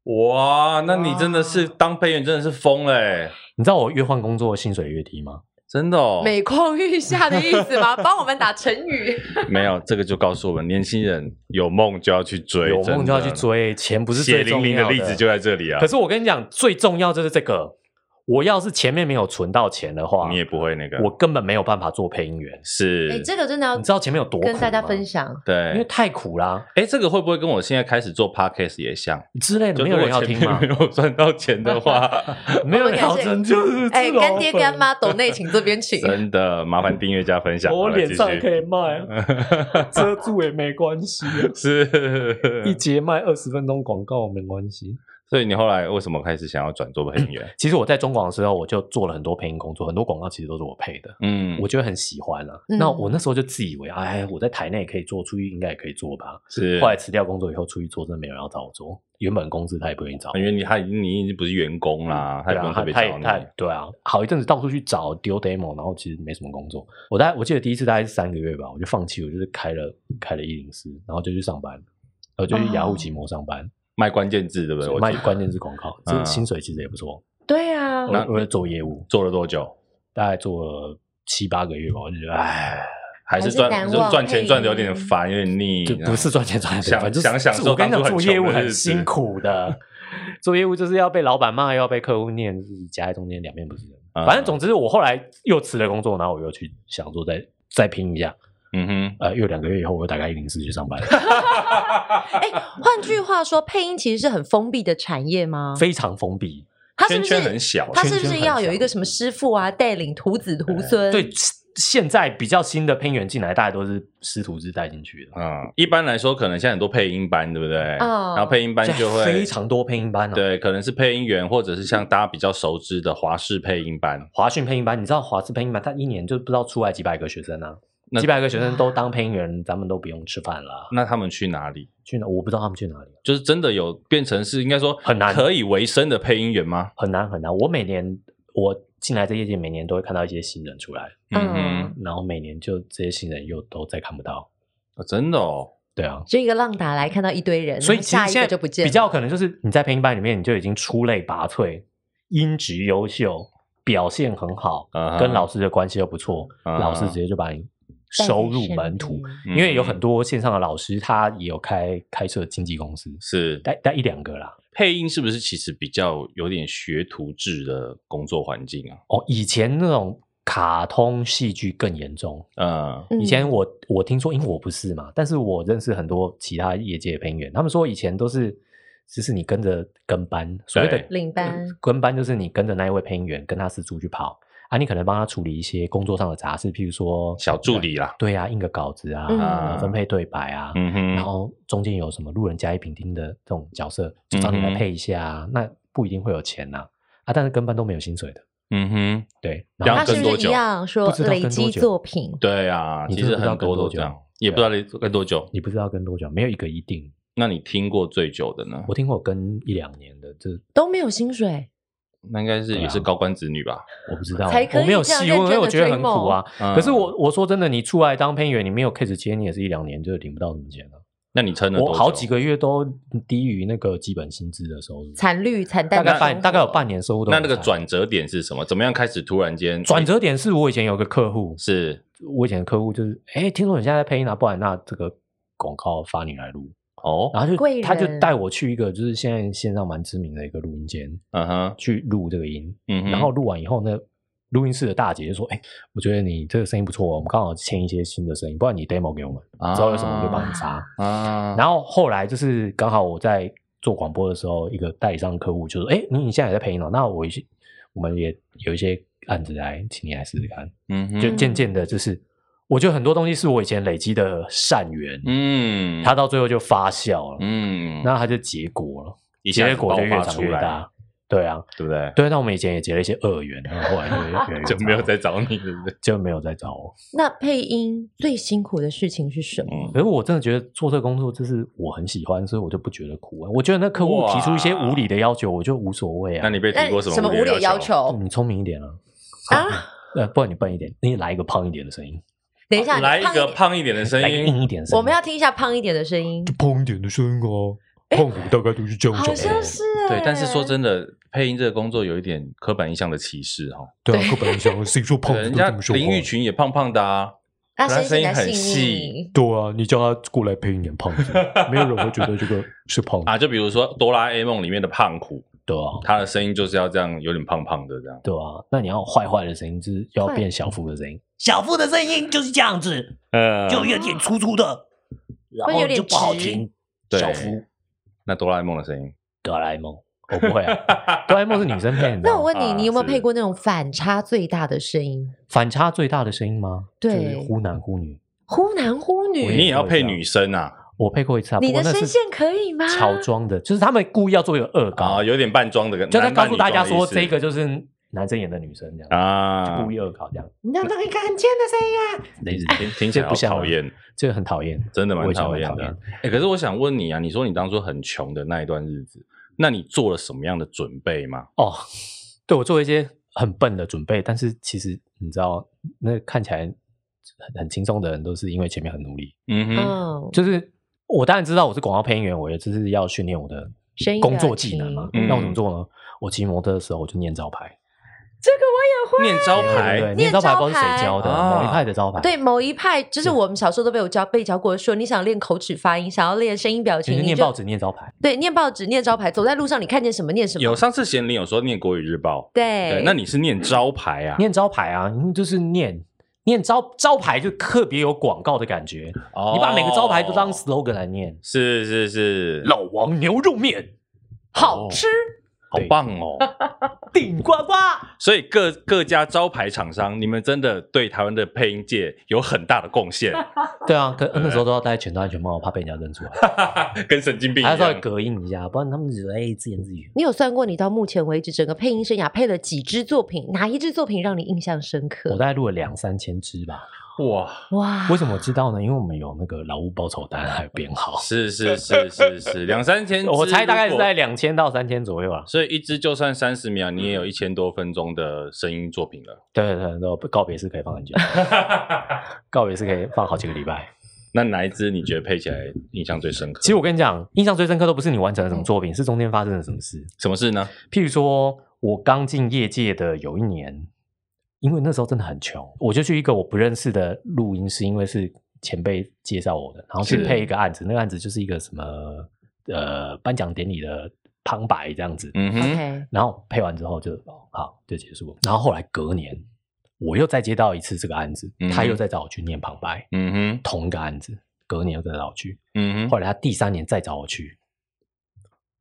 哇，那你真的是当配员真的是疯嘞，你知道我越换工作薪水越低吗？真的哦。每况愈下的意思吗？帮我们打成 语。没有，这个就告诉我们，年轻人有梦就要去追，有梦就要去真的。追，钱不是最血淋重淋的要例子就在这里啊可！是我跟你讲，最重要就是这个。我要是前面没有存到钱的话，你也不会那个，我根本没有办法做配音员。是、哎、这个真的要你知道前面有多苦跟大家吗分享，对，因为太苦啦、哎，这个会不会跟我现在开始做 podcast 也像？之类的，没有人要听就如嘛果前，面没 有赚到钱 的话，没有人要听，就是哎、吃老干爹本干，妈懂内请这边请。真的麻烦订阅加分享。我脸上可以以卖啊， 遮住也没关系啊，一是，节卖二十分钟广告没关系。所以你后来为什么开始想要转做配音员？其实我在中广的时候，我就做了很多配音工作，很多广告其实都是我配的，嗯，我觉得很喜欢啊。嗯那我那时候就自以为，哎，我在台内可以做，出去应该也可以做吧。是后来辞掉工作以后，出去做真的没有人要找我做，原本公司他也不愿意找我因。为你他已经你已经不是员工啦，他对也啊，不用特别他找也你。他也对啊，好一阵子到处去找丢 demo，然后其实没什么工作。我大概我记得第一次大概是三个月吧，我就放弃，我就是开了开了一零四，然后就去上班，然后就去雅虎奇摩上班，卖关键字哦对不对？我卖记得关键字广 告，这嗯个薪水其实也不错。对啊，我我在做业务，做了多久？大概做了七八个月吧，我就觉得哎，还还是是赚难就忘赚配钱音赚的有点烦，有点腻，就不是赚钱赚啊想的，反正想想就是说我跟你讲，当初做很业务穷的很日子辛苦 的，做业务就是要被老板骂，又要被客户念，就是夹在中间，两面不是人。嗯反正总之，我后来又辞了工作，然后我又去想说再再拼一下，嗯哼，呃，又两个月以后，我又打开一零四去上班， 哎、换句话说，配音其实是很封闭的产业吗？非常封闭。它是圈不圈是很小，它是圈不圈是很要小有一个什么师傅啊带领徒子徒嗯孙？对，现在比较新的配音员进来，大概都是师徒制带进去的，嗯，一般来说，可能现在很多配音班，对不对？嗯然后配音班就会现在非常多配音班哦。对，可能是配音员，或者是像大家比较熟知的华视配音班。华讯配音班，你知道华视配音班，他一年就不知道出来几百个学生啊那，几百个学生都当配音员，咱们都不用吃饭啦。那他们去哪里？去哪？我不知道他们去哪里，就是真的有变成是应该说很难可以为生的配音员吗？很难很难。我每年我进来这业界，每年都会看到一些新人出来，嗯嗯哼，然后每年就这些新人又都再看不到。哦真的哦，对啊，这个浪打来看到一堆人，所以然后其实下一现个在就不见了，比较可能就是你在配音班里面你就已经出类拔萃，音质优秀，表现很好啊哈跟老师的关系又不错啊哈老师直接就把你带收在入身门边徒。嗯因为有很多线上的老师，他也有开开设经纪公司，是带带一两个啦。配音是不是其实比较有点学徒制的工作环境啊？哦，以前那种卡通戏剧更严重。嗯，嗯以前我我听说，因为我不是嘛，但是我认识很多其他业界的配音员，他们说以前都是就是你跟着跟班，所谓的呃对领班跟班就是你跟着那一位配音员跟他四处去跑啊，你可能帮他处理一些工作上的杂事，譬如说小助理啦，对啊，印个稿子啊，嗯呃分配对白啊，嗯哼，然后中间有什么路人甲乙丙丁的这种角色，就找你嗯来配一下、啊，那不一定会有钱呐啊但是跟班都没有薪水的，嗯哼，对，这然样后他是跟不多是久一样说不知道跟累多积久作品？对啊，你其真实的不知道很多跟多都久啊这样，也不知道你跟多久。你不知道跟多久，没有一个一定。那你听过最久的呢我？听过跟一两年的，这都没有薪水，那应该是对啊也是高官子女吧？我不知道，才可以我没有这样细问，因认真地为我觉得很追苦梦啊。嗯可是我我说真的，你出来当配音员，你没有 case 接，你也是一两年就领不到什么钱了、那你撑了多我久？好几个月都低于那个基本薪资的收入，惨绿惨大淡的概生活，半大概有半年收入都那没那个差转折点是什么？怎么样开始突然间转折点是我以前有个客户，是我以前的客户就是，哎，听说你现在在配音啊，不然那这个广告发你来录，哦，然后就贵人他就带我去一个就是现在线上蛮知名的一个录音间嗯哼，去录这个音，嗯哼，然后录完以后呢，录音室的大姐就说，哎，我觉得你这个声音不错哦，我们刚好签一些新的声音，不然你 demo 给我们，啊之后有什么我就帮你插。啊，然后后来就是刚好我在做广播的时候，一个代理商的客户就说：“哎，你你现在也在配音哦，那我一些我们也有一些案子来，请你来试试看。嗯哼就渐渐的，就是我觉得很多东西是我以前累积的善缘，嗯，它到最后就发酵了，嗯，那它就结果了，一下子结果就越爆发长出越来大。对啊，对不对？对，那我们以前也结了一些恶缘，然后后 来就越越来越就没有糟再找你，对不对？就没有再找我。那配音最辛苦的事情是什么？可是我真的觉得做这个工作，就是我很喜欢，所以我就不觉得苦啊。我觉得那客户提出一些无理的要求，我就无所谓啊。那你被提那过什么无理理的要求？求你聪明一点啊，啊？呃，不然你笨一点，你来一个胖一点的声音，等一下，啊来你一胖个点，胖一点的声来一个音，硬 一点的声音。我们要听一下胖一点的声音，胖一点的声音哦，胖虎大概都是这样好像是欸对。但是说，真的，配音这个工作有一点刻板印象的歧视哈。对啊，刻板印象，谁说胖人家林玉群也胖胖的啊，那他声音音很细细，对啊，你叫他过来配一点胖子，没有人会觉得 这个是胖啊，就比如说《哆啦 A 梦》里面的胖虎，对啊，他的声音就是要这样，有点胖胖的这样。对啊，那你要坏坏的声音，就是要变小腹的声音。小腹的声音就是这样子，呃就有点粗粗的，然会有后点就不好直听。对小腹那哆啦 A 梦的声音，哆啦 A 梦，我不会啊，哆啦 A 梦是女生配的。那我问你，啊你有没有是配过那种反差最大的声音？反差最大的声音吗？对就是忽男忽女。忽男忽我你也女，要配女生啊？我配过一次啊，你的不过那是声线可以吗乔装的，就是他们故意要做一个恶搞啊，，有点扮装的，就他男扮告女诉大家说装的意这思个就是男生演的女生这样，啊就，故意恶搞这样，你让他一个很尖的声音啊！类似听听起来这好不像啊讨厌，这个很讨厌，真的蛮我以前讨很厌讨的。哎，可是我想问你啊，你说你当初很穷的那一段日子，那你做了什么样的准备吗？哦。对我做一些很笨的准备，但是其实你知道，那看起来很很轻松的人，都是因为前面很努力。嗯哼，嗯，就是我当然知道我是广告配音员，我也就是要训练我的声音工表作技能嘛。情那我怎么做呢？我骑摩托车的时候，我就念招牌，这个我也会。念招对对牌对，念念招招牌牌不知道是谁教的，啊某一派的招牌。对，某一派就是我们小时候都被我教被教过，说你想练口齿发音，想要练声音表其情，实你念就报纸、念招牌，对，念报纸、念招牌，走在路上你看见什么念什么。有上次贤玲有说念国语日报，对对，，那你是念招牌啊？念招牌啊，你就是念念招招牌，就特别有广告的感觉。哦你把每个招牌都当 slogan 来念，是是是，老王牛肉面哦好吃。好棒哦！顶呱呱。所以各各家招牌厂商，你们真的对台湾的配音界有很大的贡献，对啊，可那时候都要戴全套安全帽，怕被人家认出来， 跟神经病一还要稍微样。隔音一下，不然他们只会哎自言自语。你有算过你到目前为止整个配音生涯配了几支作品？哪一支作品让你印象深我刻？大概录了嗯两三千只吧。哇，哇，为什么我知道呢？因为我们有那个劳务报酬单还有编号，是是是是是，两三千只，我猜大概是在如两千到三千左右啊果，。所以一支就算三十秒，你也嗯有一千多分钟的声音作品了。对对对，告别是可以放很久， 告别是可以放好几个礼拜。那哪一支你觉得配起来印象最深刻？其实我跟你讲，印象最深刻都不是你完成了什么作品，是中间发生了什么事。什么事呢？譬如说，我刚进业界的有一年，因为那时候真的很穷，我就去一个我不认识的录音室，因为是前辈介绍我的，然后去是配一个案子，那个案子就是一个什么呃颁奖典礼的旁白这样子。嗯哼， ？OK，然后配完之后就哦好就结束了。然后后来隔年，我又再接到一次这个案子，嗯哼他又再找我去念旁白，嗯哼，同一个案子，隔年又再找我去，嗯哼，后来他第三年再找我去，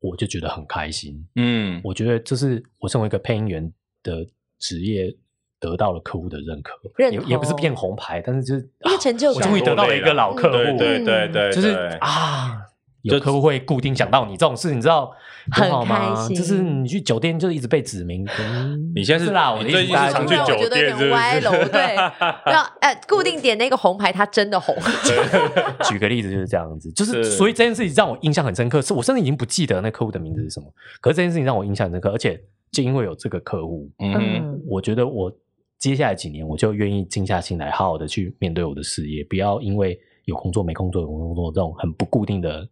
我就觉得很开心。嗯，我觉得这是我身为一个配音员的职业得到了客户的认可，认也同也不是变红牌，但是就是一个成就啊我感终于得到了一个老客户，嗯对对对对，就是对啊，有客户会固定想到你这种事，你知道多好很吗开？心就是你去酒店就一直被指名，嗯 你现在不是是啦，我的你意思最近大是概常就这去样酒我觉得有点店，是不歪是？楼对要哎，固定点那个红牌，它真的红。 举个例子就是这样子，就是是所以这件事情让我印象很深刻，是我甚至已经不记得那客户的名字是什么，可是这件事情让我印象很深刻，而且就因为有这个客户， 嗯哼，嗯，我觉得我接下来几年我就愿意静下心来，好好的去面对我的事业，不要因为有工作没工作有工作这种很不固定的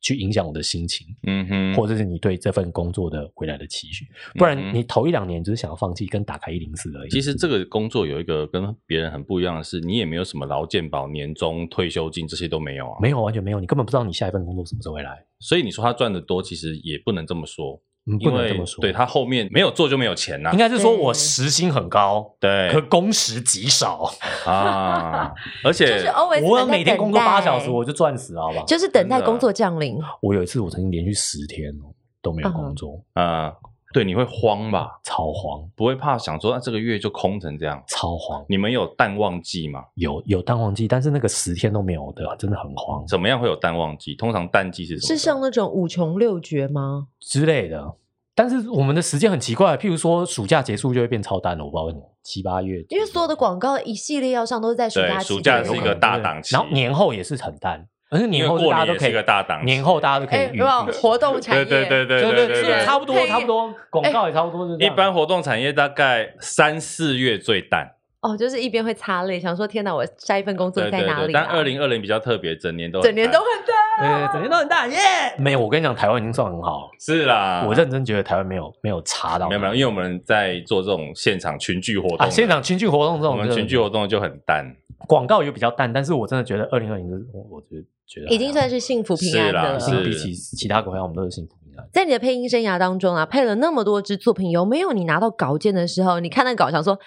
去影响我的心情，嗯哼，或者是你对这份工作的未来的期许，不嗯然哼你头一两年就是想要放弃，跟打开一零四而已。其实这个工作有一个跟别人很不一样的是，你也没有什么劳健保、年终、退休金这些都没有啊。没有，完全没有，你根本不知道你下一份工作什么时候会来，所以你说他赚的多，其实也不能这么说，嗯，因不能为这么说。对他后面没有做就没有钱呐、应该是说我对时薪很高，对可工时极少， 啊，而且就是哦 always 我在每天等工作八待欸小时，我就赚死了，好不好？就是等待真的工作降临。我有一次，我曾经连续十天哦都没有嗯工作，呃，对，你会慌吧？超慌，不会怕想说啊，这个月就空成这样？超慌，你们有淡旺季吗？有有淡旺季，但是那个十天都没有的，真的很慌怎么样会有淡旺季？通常淡季是什么是时候？像那种五穷六绝吗？之类的。但是我们的时间很奇怪，譬如说暑假结束就会变超单了，我不知道为什么，七八月，因为所有的广告一系列要上都是在暑对假期暑间假有是一可个能大对档期然后年后也是很淡，而是因年为后是过大年家也都是可一以个大档期，年后大家都可以哎，预有没有计活动产对业？对对对对对对对对，对差不多配差不多，广告也差不多就这一样，般活动产业大概三四月最淡，哦，就是一边会擦泪，想说天哪，我下一份工作对在对哪对。里啊？但二零二零比较特别，整年都很整年淡都很大，对对，整天都很大耶。没有，我跟你讲，台湾已经算很好了。是啦。我认真觉得台湾没有没有差到，啊没有没有，因为我们在做这种现场群聚活动的，啊，现场群聚活动这我种们就是群聚活动就很淡。广告也比较淡，但是我真的觉得二零二零是，我我觉得觉得还好已经算是幸福平安的是已经啦了。比起其他国家，我们都是幸福平安。在你的配音生涯当中啊，配了那么多支作品，有没有你拿到稿件的时候，你看那稿想说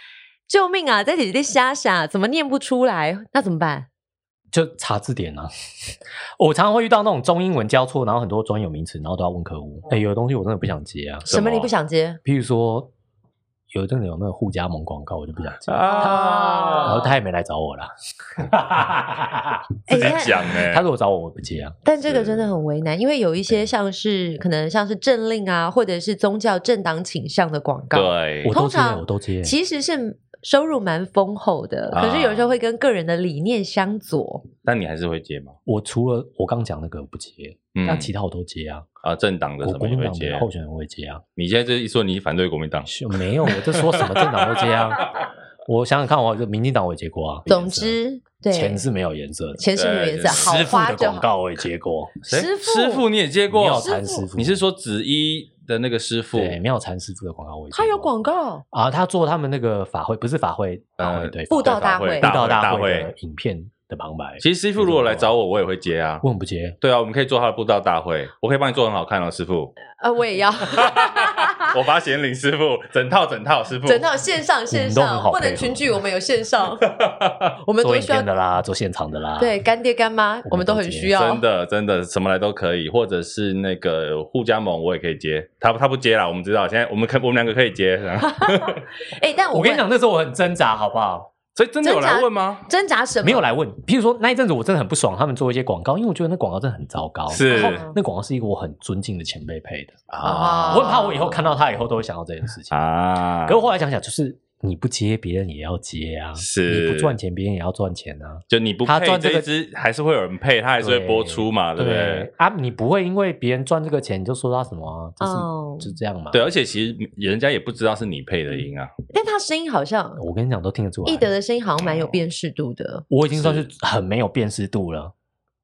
救命啊，在姐姐瞎傻，怎么念不出来？那怎么办？就查字典啊， 我常常会遇到那种中英文交错，然后很多专有名词，然后都要问客户。哎，有的东西我真的不想接啊，什么么你不想接？譬如说有一阵子有那个互加盟广告，我就不想接，啊然后他也没来找我啦。自己哎你看讲哎、他如果找我，我不接啊。但这个真的很为难，因为有一些像是可能像是政令啊，或者是宗教政党倾向的广告，对我，都接，通常我都接。其实是收入蛮丰厚的，啊可是有时候会跟个人的理念相左。但你还是会接吗？我除了我刚讲那个不接，嗯但其他我都接啊。啊，政党的我什么国你民会党接的？候选人会接啊，你现在这一说你反对国民党，就没有我这说什么政党都接啊。我想想看，我这民进党我也接过啊。总之，对，钱是没有颜色的，钱是没有对颜色，好师傅花的就广好。告我也接过，谁师傅师傅你也接妙过？禅师傅，你是说紫衣的那个师傅？对妙禅师傅的广告我也接过他有广告，啊，他做他们那个法会，不是法会，法会呃对布道大大会布道大大会的会。影片的旁白，其实师傅如果来找我，我也会接啊。问不接，对啊，我们可以做他的布道大会，我可以帮你做很好看哦，师傅。呃，我也要，我发贤玲师傅整套整套师傅，啊整套线上线你们都很上好不配能合群聚，我们有 线上，我们做都影需要片的啦，做现场的啦，对，干爹干妈，我我们们都都很接需要真。的真的什么来都可以，或者是那个互加盟我也可以接，他他不接啦，我们知道现在我们可我们两个可以 接，哎，但我跟你问讲，那时候我很挣扎，好不好？所以真的有真假来问吗？挣扎什么？没有来问，譬如说那一阵子我真的很不爽，他们做一些广告，因为我觉得那广告真的很糟糕。是然嗯后那广告是一个哦我很尊敬的前辈配的，啊我很怕我以后看到他以后都会想到这件事情。啊，可是我后来想想，就是你不接，别人也要接啊；是你不赚钱，别人也要赚钱啊。就你不他配赚这这一个支，还是会有人配，他还是会播出嘛，对不对？啊，你不会因为别人赚这个钱你就说他什么啊，就是、哦就这样嘛。对，，而且其实人家也不知道是你配的音啊，但他声音好像我跟你讲都听得出来。易德的声音好像蛮哦有辨识度的，我已经算是很没有辨识度了。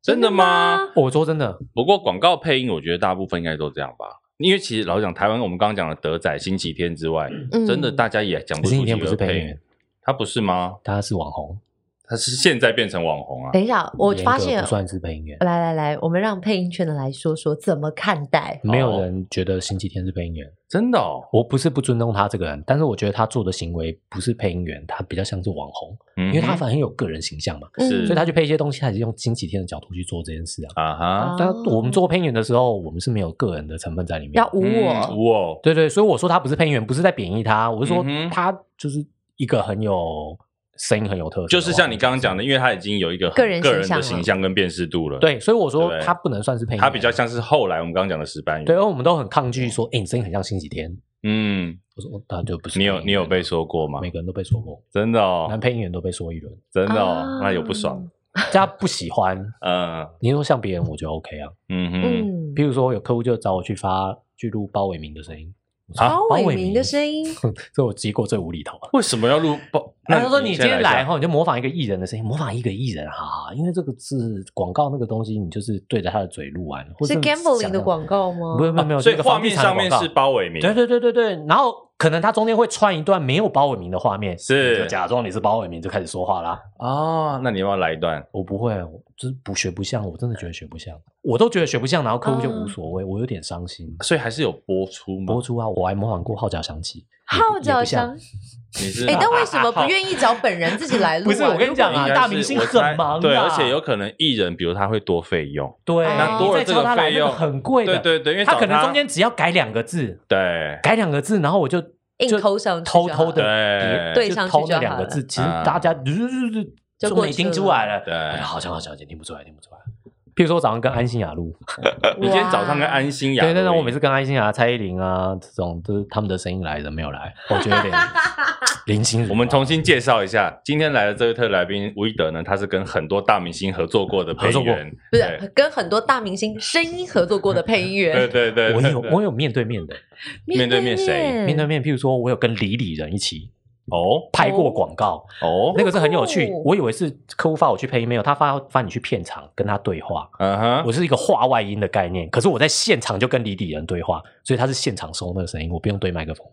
真的吗？？我说真的，不过广告配音，我觉得大部分应该都这样吧。因为其实老实讲，台湾我们刚刚讲的德仔、星期天之外，嗯真的大家也讲不可是出你几天不个是配配音音员，，他不是吗？他是网红，他是现在变成网红啊。等一下，我严格发现不，算是配音哦员，来来来，我们让配音圈的来说说怎么看待。没有人觉得星期天是配音员。真的哦，我不是不尊重他这个人，但是我觉得他做的行为不是配音员，他比较像是网红，因因为他很有个人形象嘛，嗯是所嗯以他去配一些东西，他嗯也是用星期天的角度去做这件事啊。啊哈啊但我们做配音员的时候，我们是没有个人的成分在里面的。要无嗯我，我对对，所以我说他不是配音员，不是在贬义他，我是说嗯哼他就是一个很有声音、很有特色的网红，就是像你刚刚讲的，因为他已经有一个很个人个人形象的了形象跟辨识度了。，对，所以我说对他不能算是配音员，他比较像是后来我们刚刚讲的石斑鱼。对，因为我们都很抗拒说，哎，你声音很像星期天。嗯，我说哦那就不是你配音有员你有被说过吗每？个人都被说过，真的哦男，配音员都被说一轮，真的哦啊，那有不爽。大家不喜欢。嗯你说像别人，我就 OK 啊。嗯哼，嗯比，如说有客户就找我去发去录包伟明的声音，啊包伟明啊明的声音，音， 这我接过最无厘头啊。为什么要录爆？那他说你今先天来讲哈，你就模仿一个艺人的声音，模仿一个艺人哈，因为这个是广告那个东西，你就是对着他的嘴录完，或是者 gambling 想的要广告吗？没有没有没有，哦所以这个画房地面产的上面广告是包伟明，对对对对对，然后可能他中间会串一段没有包伟明的画面，是你就假装你是包伟明就开始说话啦。哦，那你要不要来一段？我不会，我就是不学不像，我真的觉得学不像，我都觉得学不像，然后客户就嗯无所谓，我有点伤心。所以还是有播出吗？播出啊，我还模仿过号角响起，也不号角，也响不，你是 哎，但为什么 不愿意找本人自己来录啊？ 不是我跟你讲啊应该是大明星很忙啊我猜对，而且有可能艺人，比如他会多费用，像对，那你多了再这叫个他来费那个用很贵的，对对对，因为他找可能中间只要改两个字，对改两个字，然后我就硬就抠上去偷就偷好的了对就上去偷就那好两个字了，其实啊大家就是就就过没去听出了来了，对哎好像好像听不出来，听不出来。譬如说我早上跟安心雅录，你今天早上跟安心雅，对，那那我每次跟安心雅、蔡依林啊这种，都是他们的声音来的，没有来，我觉得有 点零星。我们重新介绍一下，今天来的这位特来宾吴一德呢，他是跟很多大明星合作过的配合音作过员，不对是跟很多大明星声音合作过的配音对员，对对，我对有对 我有面对面的，面对面谁嗯面对面，譬如说我有跟李李人一起哦拍过广告，哦，那个是很有趣哦。我以为是客户发我去配 email，他发发你去片场跟他对话，嗯我 哼，是一个话外音的概念，可是我在现场就跟李李人对话，所以他是现场收那个声音，我不用对麦克风。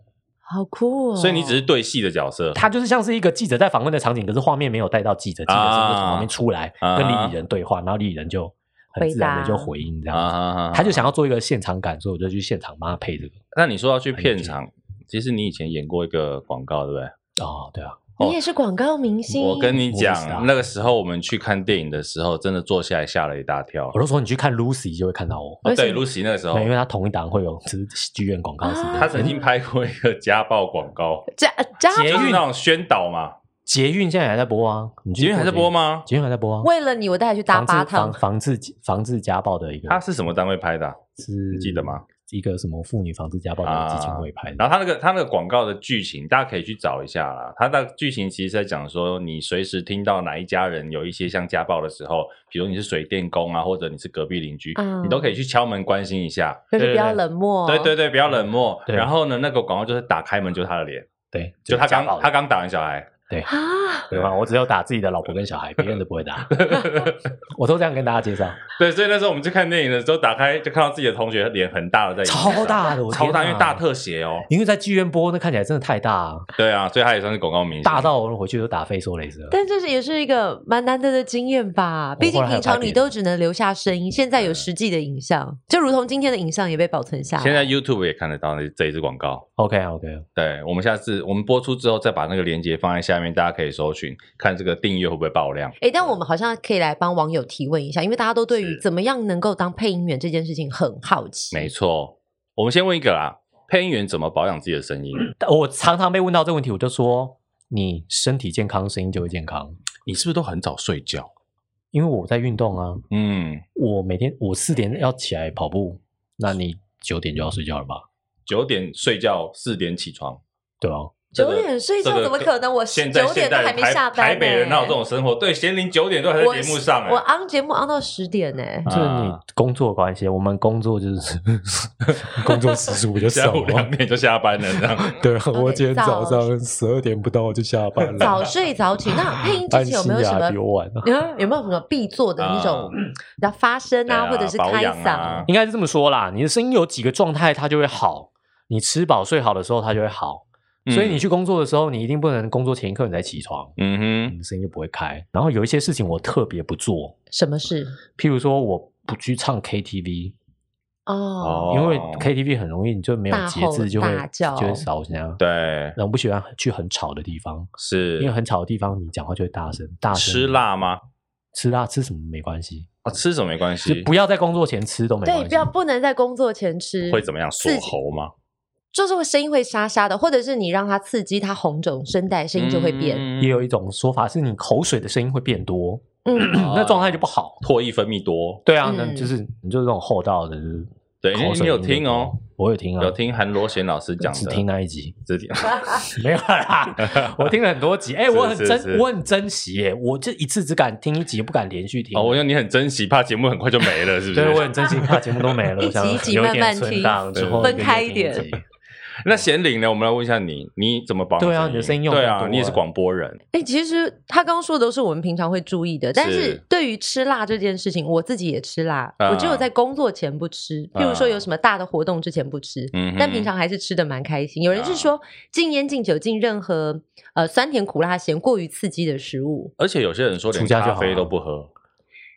好酷哦！所以你只是对戏的角色，他就是像是一个记者在访问的场景，可是画面没有带到记者，记者是啊会从旁边出来啊跟李李人对话，然后李李人就很自然的就回应这啊样子。哈哈他就想要做一个现场感，所以我就去现场帮他配这个。那你说要去片场，其实你以前演过一个广告，对不对？哦，对啊，你也是广告明星，我跟你我不知道讲，那个时候我们去看电影的时候，真的坐下来吓了一大跳。我都说你去看 Lucy 就会看到我，哦，为什对么，Lucy 那个时候对，，因为他同一档会有就是剧院广告什么的。她曾经拍过一个家暴广告，家家捷就运是那种宣导嘛。捷运现在还在播啊，你去捷运还在播吗做？捷运？捷运还在播啊。为了你，我带他去搭防八治防趟。防治防治家暴的一个，它是什么单位拍的啊？是你记得吗？一个什么妇女防治家暴的基金会拍的，然后它那个它那个广告的剧情，大家可以去找一下啦。它的剧情其实在讲说，你随时听到哪一家人有一些像家暴的时候，比如你是水电工啊，或者你是隔壁邻居，嗯你都可以去敲门关心一下。就是不要对对对嗯冷漠，对对对，不要冷漠。对然后呢，那个广告就是打开门就是他的脸，对，就他家暴刚的他刚打完小孩。啊，对吧？我只有打自己的老婆跟小孩，别人都不会打， 我都这样跟大家介绍，对，所以那时候我们去看电影的时候，打开就看到自己的同学脸很大的在荧幕超上，大的，我超天大，哪因为大，特写哦。因为在剧院播，那看起来真的太大啊，对啊，所以他也算是广告明星。大到我回去都打飞梭雷射，但这是也是一个蛮难得的经验吧。我毕后竟来还有平常拍别你的都只能留下声音，现在有实际的影像，就如同今天的影像也被保存下来。现在 YouTube 也看得到那这一支广告。 OK OK，对，我们下次我们播出之后再把那个链接放在下面，大家可以搜寻看这个订阅会不会爆量。哎，但我们好像可以来帮网友提问一下，因为大家都对于是怎么样能够当配音员这件事情很好奇。没错，我们先问一个啦，配音员怎么保养自己的声音？但我常常被问到这个问题，我就说你身体健康，声音就会健康，你是不是都很早睡觉？因为我在运动啊，嗯，我每天我四点要起来跑步，那你九点就要睡觉了吧？九点睡觉，四点起床。对吧？这九个点睡这觉个怎么可能？我现在九点都还没下班、台台北人哪有这？种生活？对，贤玲九点都还在我节目上、我欸，昂节目昂到十点呢、啊这你工作关系，我们工作就是 工作时数比较下少午两啊。点就下班了，这样。对，啊我 OK，今天早早上十二点不到我就下班了。早睡早起。那配音之前有没有什安心么雅比我晚啊嗯有没有什么必做的那种， 要发声啊，啊对啊或者是保开养嗓？啊应该是这么说啦，你的声音有几个状态它就会好，你吃饱睡好的时候它就会好，所以你去工作的时候，你一定不能工作前一刻你才起床， 嗯你的声音就不会开。然后有一些事情我特别不做，什么事？譬如说我不去唱 KTV，哼，哦，因为 KTV 很容易你就没有节制，就会大吼大叫就会烧啊香。，对然后不喜欢去很吵的地方，因为是很吵的地方你讲话就会大声，大声吃辣吗？吃辣吃什么没关系，啊，吃什么没关就系，不要在工作前吃都没关对，系。不要不能在工作前吃，会怎么样锁刺激喉吗？就是会声音会沙沙的，或者是你让它刺激它红肿声带，声音就会变。嗯也有一种说法是你口水的声音会变多，嗯，哦那状态就不好。唾液分泌多。对啊，嗯那就是你就是这种厚道的，就是对口水你有音就多听哦，我有听啊，有听韩罗贤老师讲只的，听那一集，只 听没有 啦，我听了很多集，哎，是我很是珍是我很珍惜耶，我就一次只敢听一集，不敢连续听哦，。我用你很珍惜，怕节目很快就没了，是不是？对，我很珍惜，怕节目都没了， 一集我想一集有慢慢点存听档之后分一个月开一听点集 那贤玲呢？我们来问一下你，你怎么保养？对啊你的声音用对很啊，多你也欸是广播人，哎、其实他刚刚说的都是我们平常会注意的，但是是对于吃辣这件事情，我自己也吃辣，啊我只有在工作前不吃，譬如说有什么大的活动之前不吃，嗯哼啊但平常还是吃的蛮开心。有人是说禁烟、禁酒、禁任何呃酸甜苦辣咸过于刺激的食物，而且有些人说连出家就咖好啡啊都不喝，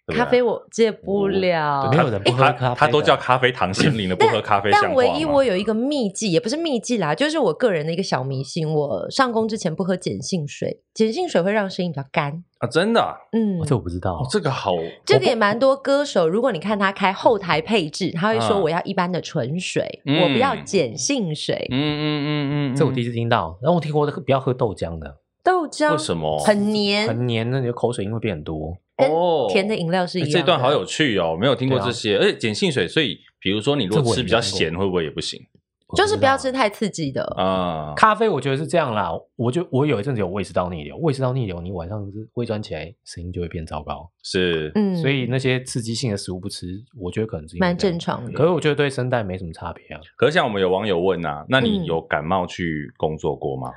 对不对哦咖啡我戒不了。没有人不喝他咖啡，啊他都叫。咖啡糖心灵的，不喝咖啡像话但吗唯一我有一嗯个秘技，也不是秘技啦，就是我个人的一个小迷信。我上工之前不喝碱性水，碱性水会让声音比较干。啊，真的啊嗯，哦这我不知道哦，，这个好，这个也蛮多歌手，如果你看他开后台配置，他会说嗯我要一般的纯水，嗯我不要碱性水。嗯嗯嗯嗯嗯，这我第一次听到。然后我听过不要喝豆浆的，豆浆为什么嗯很黏？很黏，那你的口水音会变很多。跟哦甜的饮料是一哎样的。这段好有趣哦，没有听过对啊这些，而且碱性水，所以比如说你如这果我吃也比较没听过咸，会不会也不行我就是不要吃知道太刺激的。啊？咖啡，我觉得是这样啦。我就我有一阵子有胃食道逆流，胃食道逆流，你晚上就是胃酸起来，声音就会变糟糕。是，嗯，所以那些刺激性的食物不吃，我觉得可能是因为蛮这样正。常可的。是我觉得对声带没什么差别啊。可是像我们有网友问啊，那嗯你有感冒去工作过吗？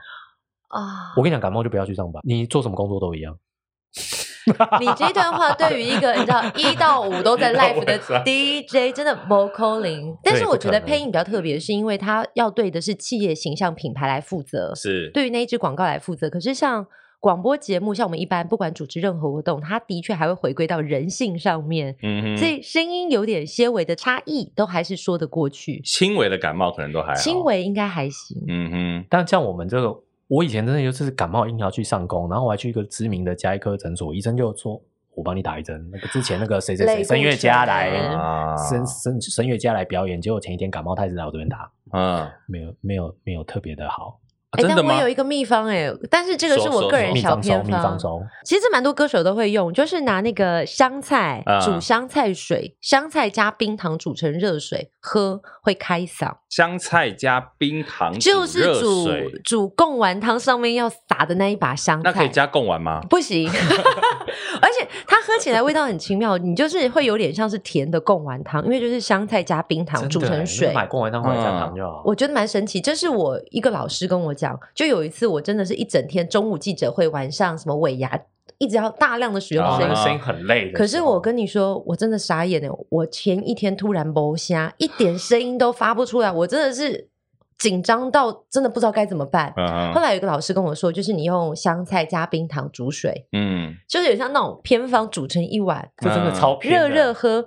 啊我跟你讲，感冒就不要去上班，你做什么工作都一样。你这段话对于一个你知道一到五都在 live 的 DJ 真的 v 口令，但是对我不觉可得能配音比较特别，是因为他要对的是企业形象品牌来负责。是，对于那一支广告来负责。可是像广播节目，像我们一般不管主持任何活动，它的确还会回归到人性上面，嗯所哼，以声音有点些微的差异，都还是说得过去。轻微的感冒可能都还好，轻，微应该还行。啊嗯哼，但像我们这个，我以前真的就是感冒硬要去上工，然后我还去一个知名的加医科诊所，医生就说我帮你打一针。那个之前那个谁谁类 谁固声乐家醇来，啊声声声乐家来表演，结果前一天感冒，他一直来我这边打，嗯，啊没有没有没有特别的好。哎、真的但吗我有？一个秘方哎、但是这个是说我说个说人秘小方偏粥，秘方粥，其实蛮多歌手都会用，就是拿那个香菜、啊煮香菜水，香菜加冰糖煮成热水喝，会开嗓。香菜加冰糖，就是热煮水，煮贡丸汤上面要撒的那一把香菜，那可以加贡丸吗？不行， 而且它喝起来味道很奇妙，你就是会有点像是甜的贡丸汤，因为就是香菜加冰糖真煮的欸成你水。买贡丸汤回来加糖就好。我觉得蛮神奇，这是我一个老师跟我讲，就有一次我真的是一整天中午记者会，晚上什么尾牙，一直要大量的使用然后那个声音。啊声音很累的时候。可是我跟你说，我真的傻眼了，我前一天突然摸瞎，一点声音都发不出来，我真的是紧张到真的不知道该怎么办。嗯后哼来有一个老师跟我说，就是你用香菜加冰糖煮水，嗯，就是有像那种偏方煮成一碗，嗯这真的超偏热的热喝。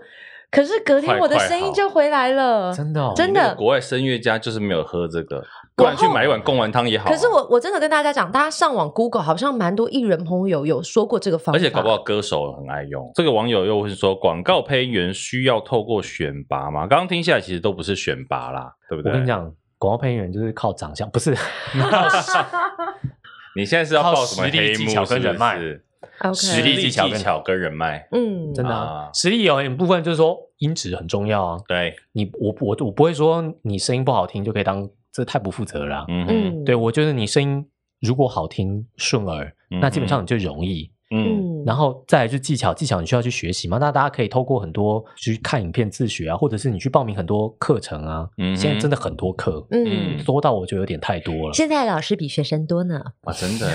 可是隔天快我的快声音好就回来了，真的哦真那个的。国外声乐家就是没有喝这个，不然去买一碗贡丸汤也好啊。可是我我真的跟大家讲，大家上网 Google 好像蛮多艺人朋友有说过这个方法，而且搞不好歌手很爱用。这个网友又问说，广告配音员需要透过选拔吗？刚刚听下来，其实都不是选拔啦，对不我对？跟你，讲，广告配音员就是靠长相，不是你现在是要靠报什么实力黑技幕？巧跟是不人脉是 OK 实力技巧跟技巧跟人脉，嗯，真的啊啊。实力有一部分就是说音质很重要啊。对，你我不我我不会说你声音不好听就可以当，这太不负责了啊。嗯哼嗯，对，我觉得你声音如果好听顺耳，嗯那基本上你就容易。嗯嗯，然后后再来就技巧，技巧你需要去学习嘛？那大家可以透过很多去看影片自学啊，或者是你去报名很多课程啊。嗯哼现在真的很多课，嗯嗯，多到我觉得有点太多了。现在老师比学生多呢，哇，啊真的耶，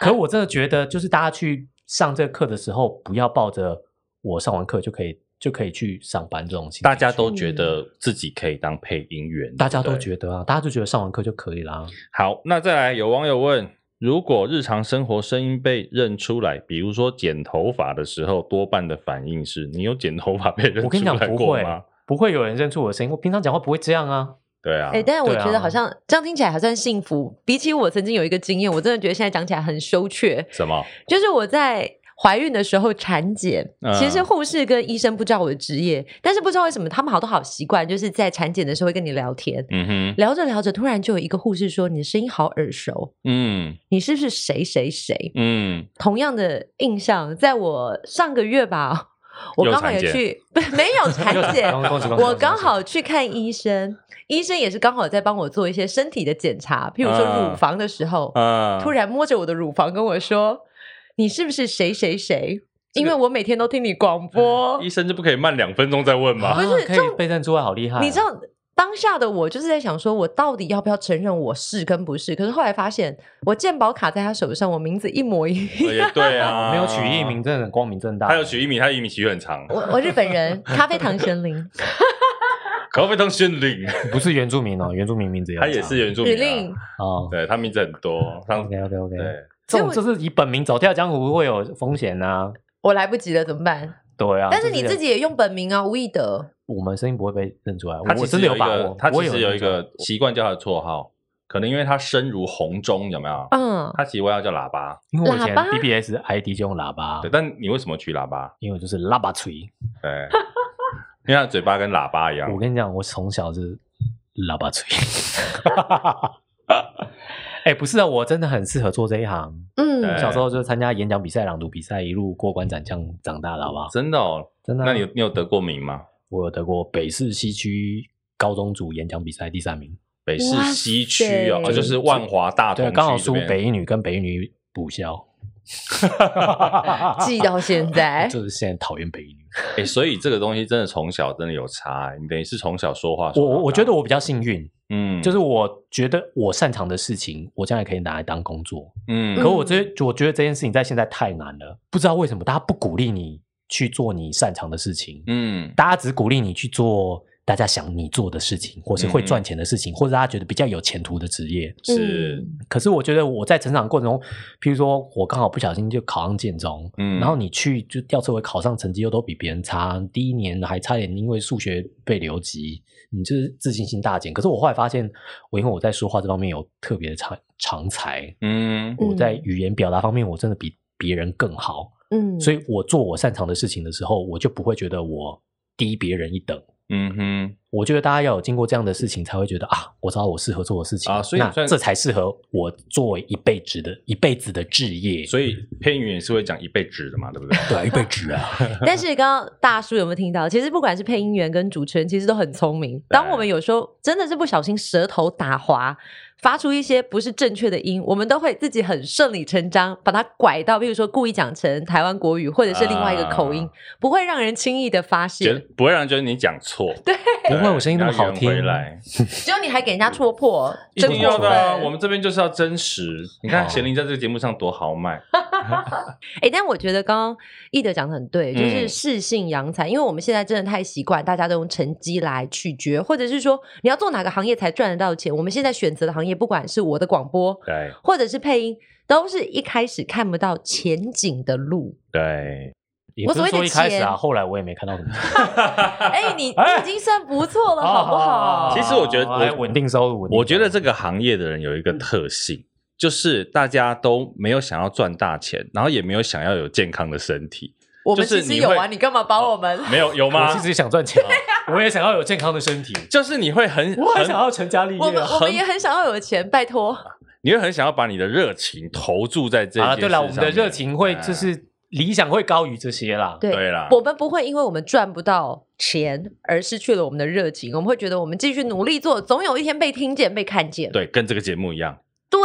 可我真的觉得，就是大家去上这个课的时候，不要抱着我上完课就可以。就可以去上班这种情况大家都觉得自己可以当配音员，大家对都不对觉得啊，大家就觉得上完课就可以啦。好。那再来，有网友问：如果日常生活声音被认出来，比如说剪头发的时候，多半的反应是你有剪头发被认我跟你出讲，来不过会吗？，不会有人认出我的声音。我平常讲话不会这样 啊。对啊哎、，但是我对啊觉得好像、这样听起来还算幸福。比起我曾经有一个经验，我真的觉得现在讲起来很羞怯。什么？就是我在怀孕的时候产检嗯，其实护士跟医生不知道我的职业，但是不知道为什么他们好多好习惯，就是在产检的时候会跟你聊天，嗯哼，聊着聊着，突然就有一个护士说：“你的声音好耳熟，嗯你是不是谁谁谁嗯？”，同样的印象，在我上个月吧，我又刚好也产检去， 不没有产检，刚刚我刚好去看医生，医生也是刚好在帮我做一些身体的检查，譬如说嗯乳房的时候，啊突然摸着我的乳房跟我说：“你是不是谁谁谁？因为我每天都听你广播医。生就不可以慢两分钟再问吗？哦啊不是可重以被认出来，好厉害啊！你知道当下的我就是在想，说我到底要不要承认我是跟不是？可是后来发现，我健保卡在他手上，我名字一模一样。 也对 啊，没有取艺名，真啊的很光明正大。他有取艺名，他的艺名取很长，我我日本人，咖啡糖神灵，咖啡当宣 领，不是原住民哦，原住民名字他也是原住指民令啊，哦。对他名字很多，上 OK OK OK，对。这所以种我就是以本名走跳江湖会有风险呐。我来不及了，怎么办？对啊，但是你就自己也用本名啊，吴亦德。我们声音不会被认出来，他我其我实真的有有一把个握。，他我其有实有认一出个习惯叫他的绰号，可能因为他身如红钟，有没有？啊嗯，他其实我要叫喇叭，来，因为我以前喇叭 BBS ID 就用喇叭对，，但你为什么取喇叭？因为我就是喇叭锤。 对，因为他的嘴巴跟喇叭一样我。跟你讲，我从小是喇叭锤。 哎，不是啊，我真的很适合做这一行。嗯对，小时候就是参加演讲比赛、朗读比赛，一路过关斩将长大的，好不好？真的哦，真的啊、那你有你有得过名吗？我有得过北市西区高中组演讲比赛第三名，北市西区哦，哇塞哦就是万华大同对，区刚好这输边北一女跟北一女补校。，记到现在 就是现在讨厌北一女。哎，所以这个东西真的从小真的有差，欸你等于是从小说话我说我到我大觉得我比较幸运，嗯，就是我觉得我擅长的事情，我将来可以拿来当工作。嗯可我这我觉得这件事情在现在太难了，不知道为什么大家不鼓励你去做你擅长的事情，嗯大家只鼓励你去做大家想你做的事情，或是会嗯嗯赚钱的事情，或者大家觉得比较有前途的职业。嗯嗯是可是我觉得我在成长过程中，譬如说我刚好不小心就考上建中，嗯然后你去就吊车尾考上，成绩又都比别人差，第一年还差点因为数学被留级，你就是自信心大减。可是我后来发现，我因为我在说话这方面有特别的长长才，嗯嗯我在语言表达方面我真的比别人更好，嗯，所以以我做我擅长的事情的时候，我就不会觉得我低别人一等。嗯哼。我觉得大家要有经过这样的事情，才会觉得啊，我知道我适合做的事情啊所以那你算这才适合我作为一辈子的一辈子的置业，所以配音员也是会讲一辈子的嘛，对 不对？ 对啊一辈子啊， 但是刚刚大叔有没有听到？其实不管是配音员跟主持人，其实都很聪明。当我们有时候真的是不小心舌头打滑，发出一些不是正确的音，我们都会自己很顺理成章把它拐到，比如说故意讲成台湾国语，或者是另外一个口音，啊不会让人轻易的发觉现得。不会让人觉得你讲错，对，不会，我声音那么好听要圆回，来，只有你还给人家戳破，一真定要的啊。过分我们这边就是要真实。你看好贤玲在这个节目上多 豪迈，哎，但我觉得刚刚易德讲的很对，就是嗯适性扬才，因为我们现在真的太习惯大家都用成绩来取决，或者是说你要做哪个行业才赚得到钱。我们现在选择的行业，不管是我的广播，对或者是配音，都是一开始看不到前景的 路。对，也不是说一开始我所谓的啊，钱后来我也没看到什么。哎，你你已经算不错了，好不好？ 其实我觉得哎稳定收入，稳定我觉得收这个行业的人有一嗯个特性，就是大家都没有想要赚大钱，然后也没有想要有健康的身体，我们就是其实你有啊，会你干嘛把我们？没有入有我吗其？实想赚钱啊， 我也想要有健康的身体，就是你会很我很很想要成家立业我们啊。我们也很想要有钱，拜托。你会很想要把你的热情投注在这好了，件啊对了，事我们上的面热情会就哎是理想会高于这些 啦。对对啦我们不会因为我们赚不到钱而失去了我们的热情，我们会觉得我们继续努力做，总有一天被听见、被看见。对，跟这个节目一样，对，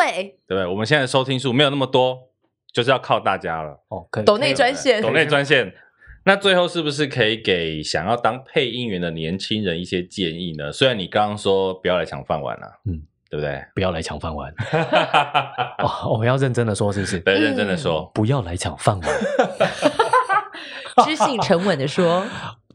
对不对？我们现在的收听数没有那么多，就是要靠大家了。哦，可以抖内专线， 懂内专线。那最后是不是可以给想要当配音员的年轻人一些建议呢？虽然你刚刚说不要来抢饭碗了、嗯嗯，对不对？ 不要来抢饭碗。 哦，我们要认真的说，是不是？对，认真的说， 不要来抢饭碗。知性沉稳的说，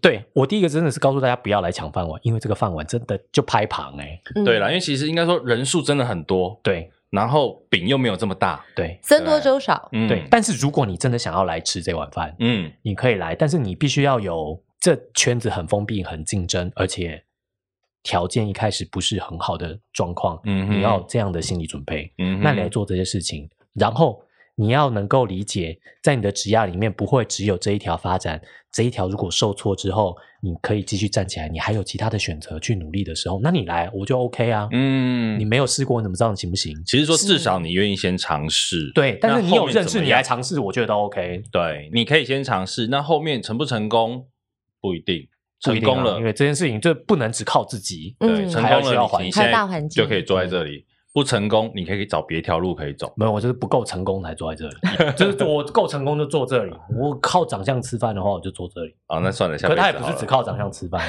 对我第一个真的是告诉大家不要来抢饭碗，因为这个饭碗真的就拍旁哎、嗯对啦，因为其实应该说人数真的很多，对然后饼又没有这么大，对僧多粥少，嗯，对，但是如果你真的想要来吃这碗饭，嗯，你可以来，但是你必须要有这圈子很封闭、很竞争，而且条件一开始不是很好的状况，嗯哼你要有这样的心理准备，嗯哼那你来做这些事情，然后你要能够理解，在你的职涯里面不会只有这一条发展，这一条如果受挫之后，你可以继续站起来，你还有其他的选择去努力的时候，那你来我就 OK 啊，嗯，你没有试过，你怎么知道你行不行？其实说至少你愿意先尝试，对，但是那你后有面认怎识，么你样来尝试，我觉得都 OK。对，你可以先尝试，那后面成不成功不一定，不一成定啊功了因为这件事情就不能只靠自己。对，嗯成还要功需要了环你境你还有现大在环境就可以坐在这里，不成功你可以找别条路可以走，没有，我就是不够成功才坐在这里，就是我够成功就坐这里，我靠长相吃饭的话我就坐这里。哦，那算了，下可辈子他也不好是了只靠长相吃饭，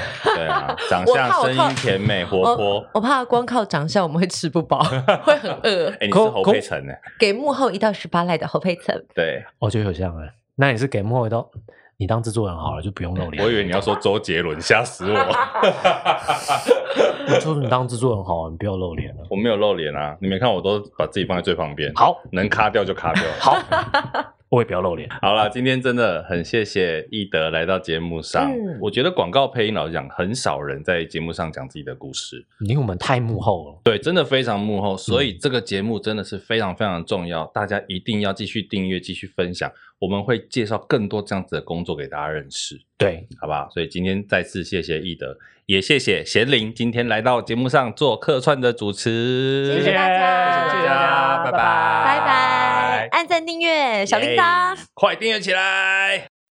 对啊，长我相、靠我声靠音甜美、活泼。哦我怕光靠长相我们会吃不 饱，会很饿。哎，你是可侯可佩岑呢？给幕后一到十八赖的侯佩岑，对，我觉得有像哎。那你是给莫一刀，你当制作人好了，就不用露脸。我以为你要说周杰伦，吓死我！我说你当制作人好了，你不要露脸了。我没有露脸啊，你没看我都把自己放在最旁边，好，能卡掉就卡掉。好， 我也不要露脸。好啦，今天真的很谢谢易德来到节目上。嗯我觉得广告配音老实讲，很少人在节目上讲自己的故事，因为我们太幕后了，对，真的非常幕后，所以这个节目真的是非常非常重要，大家一定要继续订阅、继续分享，我们会介绍更多这样子的工作给大家认识，对，好不好？所以今天再次谢谢易德，也谢谢贤玲今天来到节目上做客串的主持，谢谢大家，哎谢谢大 家拜拜拜拜，按赞订阅小铃铛。耶快订阅起来！